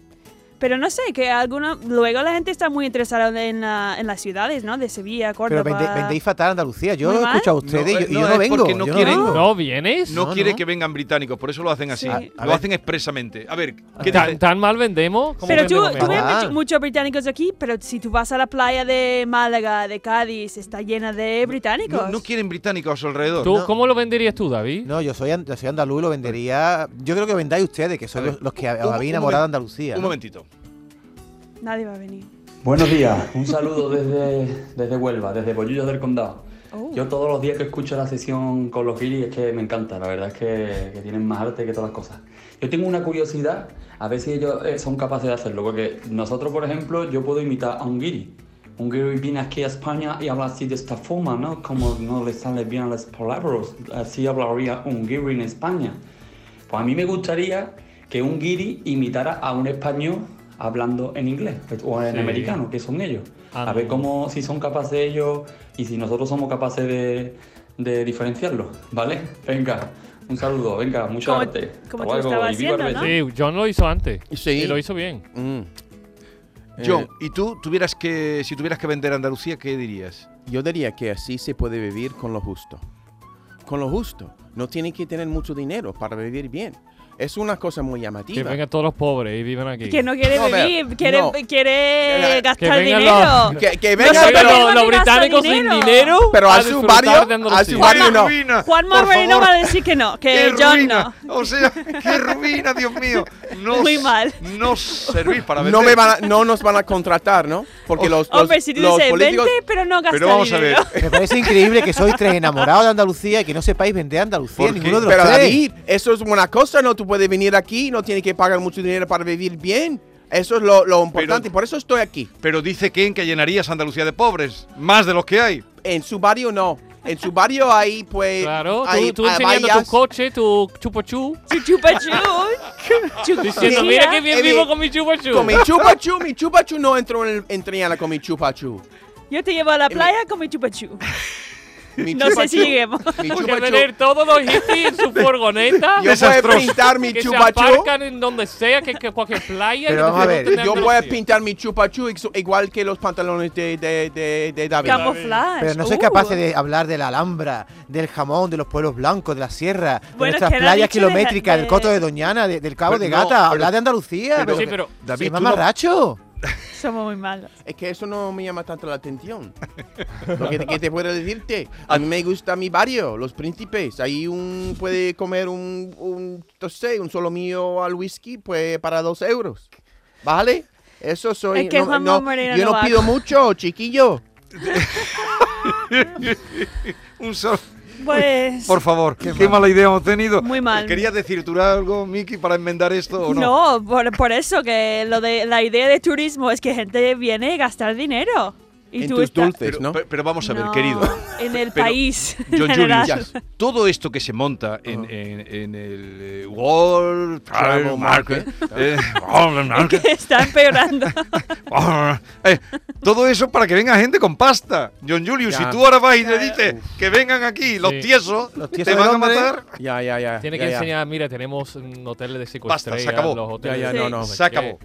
[SPEAKER 3] Pero no sé, que alguna luego la gente está muy interesada en, la- en las ciudades, ¿no? De Sevilla, Córdoba.
[SPEAKER 5] Pero vende- vendéis fatal Andalucía. Yo
[SPEAKER 3] Muy
[SPEAKER 5] he
[SPEAKER 3] mal.
[SPEAKER 5] escuchado a ustedes
[SPEAKER 2] No,
[SPEAKER 5] y
[SPEAKER 2] eh,
[SPEAKER 5] yo- y
[SPEAKER 2] no,
[SPEAKER 5] yo
[SPEAKER 2] es
[SPEAKER 5] no vengo.
[SPEAKER 2] porque no
[SPEAKER 5] yo
[SPEAKER 2] quieren-
[SPEAKER 5] vengo.
[SPEAKER 3] ¡Oh!
[SPEAKER 4] ¿No vienes?
[SPEAKER 2] No,
[SPEAKER 5] No,
[SPEAKER 2] quiere
[SPEAKER 5] no.
[SPEAKER 2] que vengan británicos, por eso lo hacen así.
[SPEAKER 3] Sí. A-
[SPEAKER 5] a
[SPEAKER 2] lo
[SPEAKER 5] ver.
[SPEAKER 2] hacen expresamente. A ver, ¿qué
[SPEAKER 4] ¿Tan,
[SPEAKER 2] dice?
[SPEAKER 4] tan mal vendemos? ¿Cómo
[SPEAKER 3] Pero tú,
[SPEAKER 4] vendemos
[SPEAKER 3] tú ves
[SPEAKER 4] menos?
[SPEAKER 5] Ah.
[SPEAKER 3] mucho- muchos británicos aquí, pero si tú vas a la playa de Málaga, de Cádiz, está llena de británicos.
[SPEAKER 2] No, no quieren británicos a su alrededor.
[SPEAKER 4] ¿Tú
[SPEAKER 5] no.
[SPEAKER 4] ¿Cómo lo venderías tú, David?
[SPEAKER 5] No, yo soy, an- yo soy andaluz y lo vendería. Yo creo que vendáis ustedes, que
[SPEAKER 2] A
[SPEAKER 5] son
[SPEAKER 2] ver,
[SPEAKER 5] los, los que
[SPEAKER 2] un- un
[SPEAKER 5] habéis enamorado de
[SPEAKER 2] momento,
[SPEAKER 5] Andalucía.
[SPEAKER 2] Un
[SPEAKER 5] ¿no?
[SPEAKER 2] momentito.
[SPEAKER 3] Nadie va a venir.
[SPEAKER 8] Buenos días, un saludo desde, desde Huelva, desde Bollullos del Condado.
[SPEAKER 3] Oh.
[SPEAKER 8] Yo todos los días que escucho la sesión con los guiris es que me encanta, la verdad es que, que tienen más arte que todas las cosas. Yo tengo una curiosidad, a ver si ellos eh, son capaces de hacerlo, porque nosotros, por ejemplo, yo puedo imitar a un guiri. Un guiri viene aquí a España y habla así de esta forma, ¿no? Como no le salen bien las palabras, así hablaría un guiri en España. Pues a mí me gustaría que un guiri imitara a un español hablando en inglés pues, o en
[SPEAKER 4] Sí.
[SPEAKER 8] americano, que son ellos.
[SPEAKER 4] Ah.
[SPEAKER 8] A ver cómo, si son capaces ellos y si nosotros somos capaces de, de diferenciarlos, ¿vale? Venga, un saludo, venga, mucho
[SPEAKER 3] Como-
[SPEAKER 8] arte.
[SPEAKER 3] como tú
[SPEAKER 8] Hasta luego
[SPEAKER 3] estabas
[SPEAKER 8] y viva
[SPEAKER 3] haciendo,
[SPEAKER 8] Arbete.
[SPEAKER 3] ¿no?
[SPEAKER 4] Sí, John lo hizo antes.
[SPEAKER 1] Sí.
[SPEAKER 4] Y lo hizo bien.
[SPEAKER 1] Mm.
[SPEAKER 2] John,
[SPEAKER 1] Eh,
[SPEAKER 2] ¿y tú tuvieras que, si tuvieras que vender Andalucía, qué dirías?
[SPEAKER 1] Yo diría que así se puede vivir con lo justo. Con lo justo. No tiene que tener mucho dinero para vivir bien. Es una cosa muy
[SPEAKER 4] Que
[SPEAKER 1] llamativa.
[SPEAKER 4] vengan todos los pobres y vivan aquí.
[SPEAKER 3] Que no quiere
[SPEAKER 1] No, pero-
[SPEAKER 3] vivir, quiere,
[SPEAKER 1] no.
[SPEAKER 3] quiere
[SPEAKER 1] Que
[SPEAKER 3] gastar
[SPEAKER 4] vengan
[SPEAKER 3] dinero.
[SPEAKER 4] los-
[SPEAKER 1] Que, que
[SPEAKER 3] No
[SPEAKER 1] venga,
[SPEAKER 3] sé,
[SPEAKER 1] pero,
[SPEAKER 3] pero-
[SPEAKER 4] los, los británicos sin
[SPEAKER 3] dinero.
[SPEAKER 4] dinero.
[SPEAKER 1] pero a su
[SPEAKER 4] disfrutar
[SPEAKER 1] barrio,
[SPEAKER 4] de
[SPEAKER 1] a
[SPEAKER 4] Andalucía.
[SPEAKER 1] su barrio
[SPEAKER 2] ¡Qué
[SPEAKER 1] no.
[SPEAKER 2] ruina!
[SPEAKER 3] Juan
[SPEAKER 2] Por
[SPEAKER 3] Moreno
[SPEAKER 2] favor,
[SPEAKER 3] va a decir que no, que
[SPEAKER 2] ¡Qué
[SPEAKER 3] John no.
[SPEAKER 2] ruina! O sea, qué ruina, Dios mío. No,
[SPEAKER 3] Muy
[SPEAKER 2] s-
[SPEAKER 3] mal.
[SPEAKER 2] No servís para vender.
[SPEAKER 1] No, me van a- no nos van a contratar, ¿no? Porque los, los,
[SPEAKER 3] Hombre, si tú
[SPEAKER 1] los
[SPEAKER 3] dices,
[SPEAKER 1] políticos...
[SPEAKER 3] vente, pero no gastar
[SPEAKER 2] Pero vamos a ver.
[SPEAKER 3] dinero.
[SPEAKER 5] Me parece increíble que sois tres enamorados de Andalucía y que no sepáis vender
[SPEAKER 2] ¿Por
[SPEAKER 5] Andalucía
[SPEAKER 2] qué?
[SPEAKER 5] ninguno de los
[SPEAKER 1] Pero
[SPEAKER 5] tres.
[SPEAKER 1] David, eso es buena cosa, ¿no? Tú puedes venir aquí, no tienes que pagar mucho dinero para vivir bien. Eso es lo, lo importante, por eso estoy aquí.
[SPEAKER 2] Pero dice Ken que llenarías Andalucía de pobres, más de los que hay.
[SPEAKER 1] En su barrio no. en su barrio hay, pues.
[SPEAKER 4] Claro, tú,
[SPEAKER 1] hay,
[SPEAKER 4] tú
[SPEAKER 1] hay
[SPEAKER 4] enseñando
[SPEAKER 1] vallas.
[SPEAKER 4] tu coche, tu chupachú,
[SPEAKER 3] Su chupa chup. Chup-
[SPEAKER 4] diciendo,
[SPEAKER 3] Sí,
[SPEAKER 4] mira
[SPEAKER 3] ah.
[SPEAKER 4] qué bien
[SPEAKER 1] Eh,
[SPEAKER 4] vivo
[SPEAKER 1] mi-
[SPEAKER 4] con mi chupachú.
[SPEAKER 1] Con mi chupachu, mi chupachu no entró en, el- en Triana con mi chupachu.
[SPEAKER 3] Yo te llevo a
[SPEAKER 2] Eh,
[SPEAKER 3] la playa con mi chupa chup.
[SPEAKER 1] Mi
[SPEAKER 3] No sé si
[SPEAKER 1] chupachu-
[SPEAKER 3] lleguemos.
[SPEAKER 1] Mi
[SPEAKER 4] Porque
[SPEAKER 1] chupachu-
[SPEAKER 4] tener todos los hippies en su furgoneta.
[SPEAKER 1] Yo voy a
[SPEAKER 2] Desastroso.
[SPEAKER 1] pintar mi
[SPEAKER 4] que se
[SPEAKER 1] chupachu.
[SPEAKER 4] aparcan en donde sea, que, que cualquier playa.
[SPEAKER 5] Pero
[SPEAKER 4] que
[SPEAKER 5] vamos a ver,
[SPEAKER 4] tengan
[SPEAKER 1] Yo voy a
[SPEAKER 4] velocidad.
[SPEAKER 1] pintar mi chupachu igual que los pantalones de, de, de, de David.
[SPEAKER 3] Camuflaje.
[SPEAKER 5] Pero no soy
[SPEAKER 3] Uh.
[SPEAKER 5] capaz de hablar de la Alhambra, del jamón, de los pueblos blancos, de la sierra, de
[SPEAKER 3] Bueno, es
[SPEAKER 5] nuestras
[SPEAKER 3] que él ha
[SPEAKER 5] playas
[SPEAKER 3] dicho de-
[SPEAKER 5] kilométricas,
[SPEAKER 3] de-
[SPEAKER 5] del coto de Doñana, de- del cabo
[SPEAKER 2] Pero
[SPEAKER 5] de
[SPEAKER 2] no,
[SPEAKER 5] Gata,
[SPEAKER 2] pero-
[SPEAKER 5] hablar de Andalucía.
[SPEAKER 4] Pero
[SPEAKER 5] Pero,
[SPEAKER 4] sí, pero
[SPEAKER 2] David,
[SPEAKER 5] David,
[SPEAKER 2] tú no-
[SPEAKER 5] mamarracho.
[SPEAKER 3] Uh, Somos muy malos.
[SPEAKER 1] Es que eso no me llama tanto la atención. Lo que, que te puedo decirte, a mí me gusta mi barrio, Los Príncipes. Ahí un puede comer un, un no sé, un solo mío al whisky pues, para dos euros. ¿Vale? Eso soy.
[SPEAKER 3] Es que Juan Moreno
[SPEAKER 1] yo
[SPEAKER 3] no
[SPEAKER 1] no
[SPEAKER 3] va.
[SPEAKER 1] pido mucho, chiquillo.
[SPEAKER 2] Un sol.
[SPEAKER 3] Pues.
[SPEAKER 2] Por favor, qué, mala idea hemos tenido.
[SPEAKER 3] Muy mal.
[SPEAKER 2] ¿Querías decir tú algo, Miki, para enmendar esto o no?
[SPEAKER 3] No, por, por eso que lo de la idea de turismo es que gente viene a gastar dinero. Y
[SPEAKER 1] En
[SPEAKER 3] tú
[SPEAKER 1] tus
[SPEAKER 3] estás-
[SPEAKER 1] dulces.
[SPEAKER 2] Pero,
[SPEAKER 1] ¿no?
[SPEAKER 2] pe- pero vamos a ver,
[SPEAKER 3] No,
[SPEAKER 2] querido.
[SPEAKER 3] En el
[SPEAKER 2] Pero-
[SPEAKER 3] país. en
[SPEAKER 2] John
[SPEAKER 3] general.
[SPEAKER 2] Julius, todo esto que se monta en, en- en el eh, World Travel
[SPEAKER 1] Travel
[SPEAKER 2] Market,
[SPEAKER 1] Market.
[SPEAKER 2] eh, World Market,
[SPEAKER 3] Está empeorando.
[SPEAKER 2] eh, todo eso para que venga gente con pasta. John Julius,
[SPEAKER 1] Ya.
[SPEAKER 2] si tú ahora vas y le dices que vengan aquí los
[SPEAKER 4] Sí.
[SPEAKER 2] tiesos,
[SPEAKER 5] Los
[SPEAKER 2] te
[SPEAKER 5] tiesos de
[SPEAKER 2] van a
[SPEAKER 5] Londres.
[SPEAKER 2] matar.
[SPEAKER 1] Ya, ya, ya.
[SPEAKER 4] Tiene
[SPEAKER 1] ya,
[SPEAKER 4] que
[SPEAKER 1] ya.
[SPEAKER 4] enseñar, mira, tenemos un hotel de cinco
[SPEAKER 2] Basta, se
[SPEAKER 4] estrellas,
[SPEAKER 2] acabó.
[SPEAKER 4] los hoteles
[SPEAKER 1] Ya, ya,
[SPEAKER 4] de-
[SPEAKER 1] no, no.
[SPEAKER 2] Se acabó.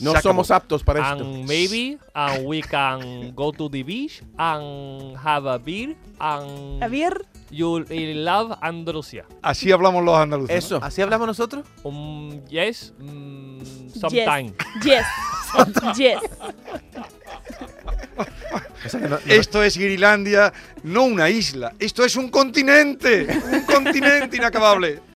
[SPEAKER 1] No
[SPEAKER 2] Se acabó.
[SPEAKER 1] somos aptos para esto.
[SPEAKER 4] And maybe and we can go to the beach and have a beer and
[SPEAKER 3] Javier.
[SPEAKER 4] you love Andalucía.
[SPEAKER 2] Así hablamos los andaluces. ¿no?
[SPEAKER 1] Eso.
[SPEAKER 5] ¿Así hablamos nosotros?
[SPEAKER 4] Um, yes, mm, sometime.
[SPEAKER 3] Yes. Yes.
[SPEAKER 2] Esto es Grilandia, no una isla. Esto es un continente. Un continente inacabable.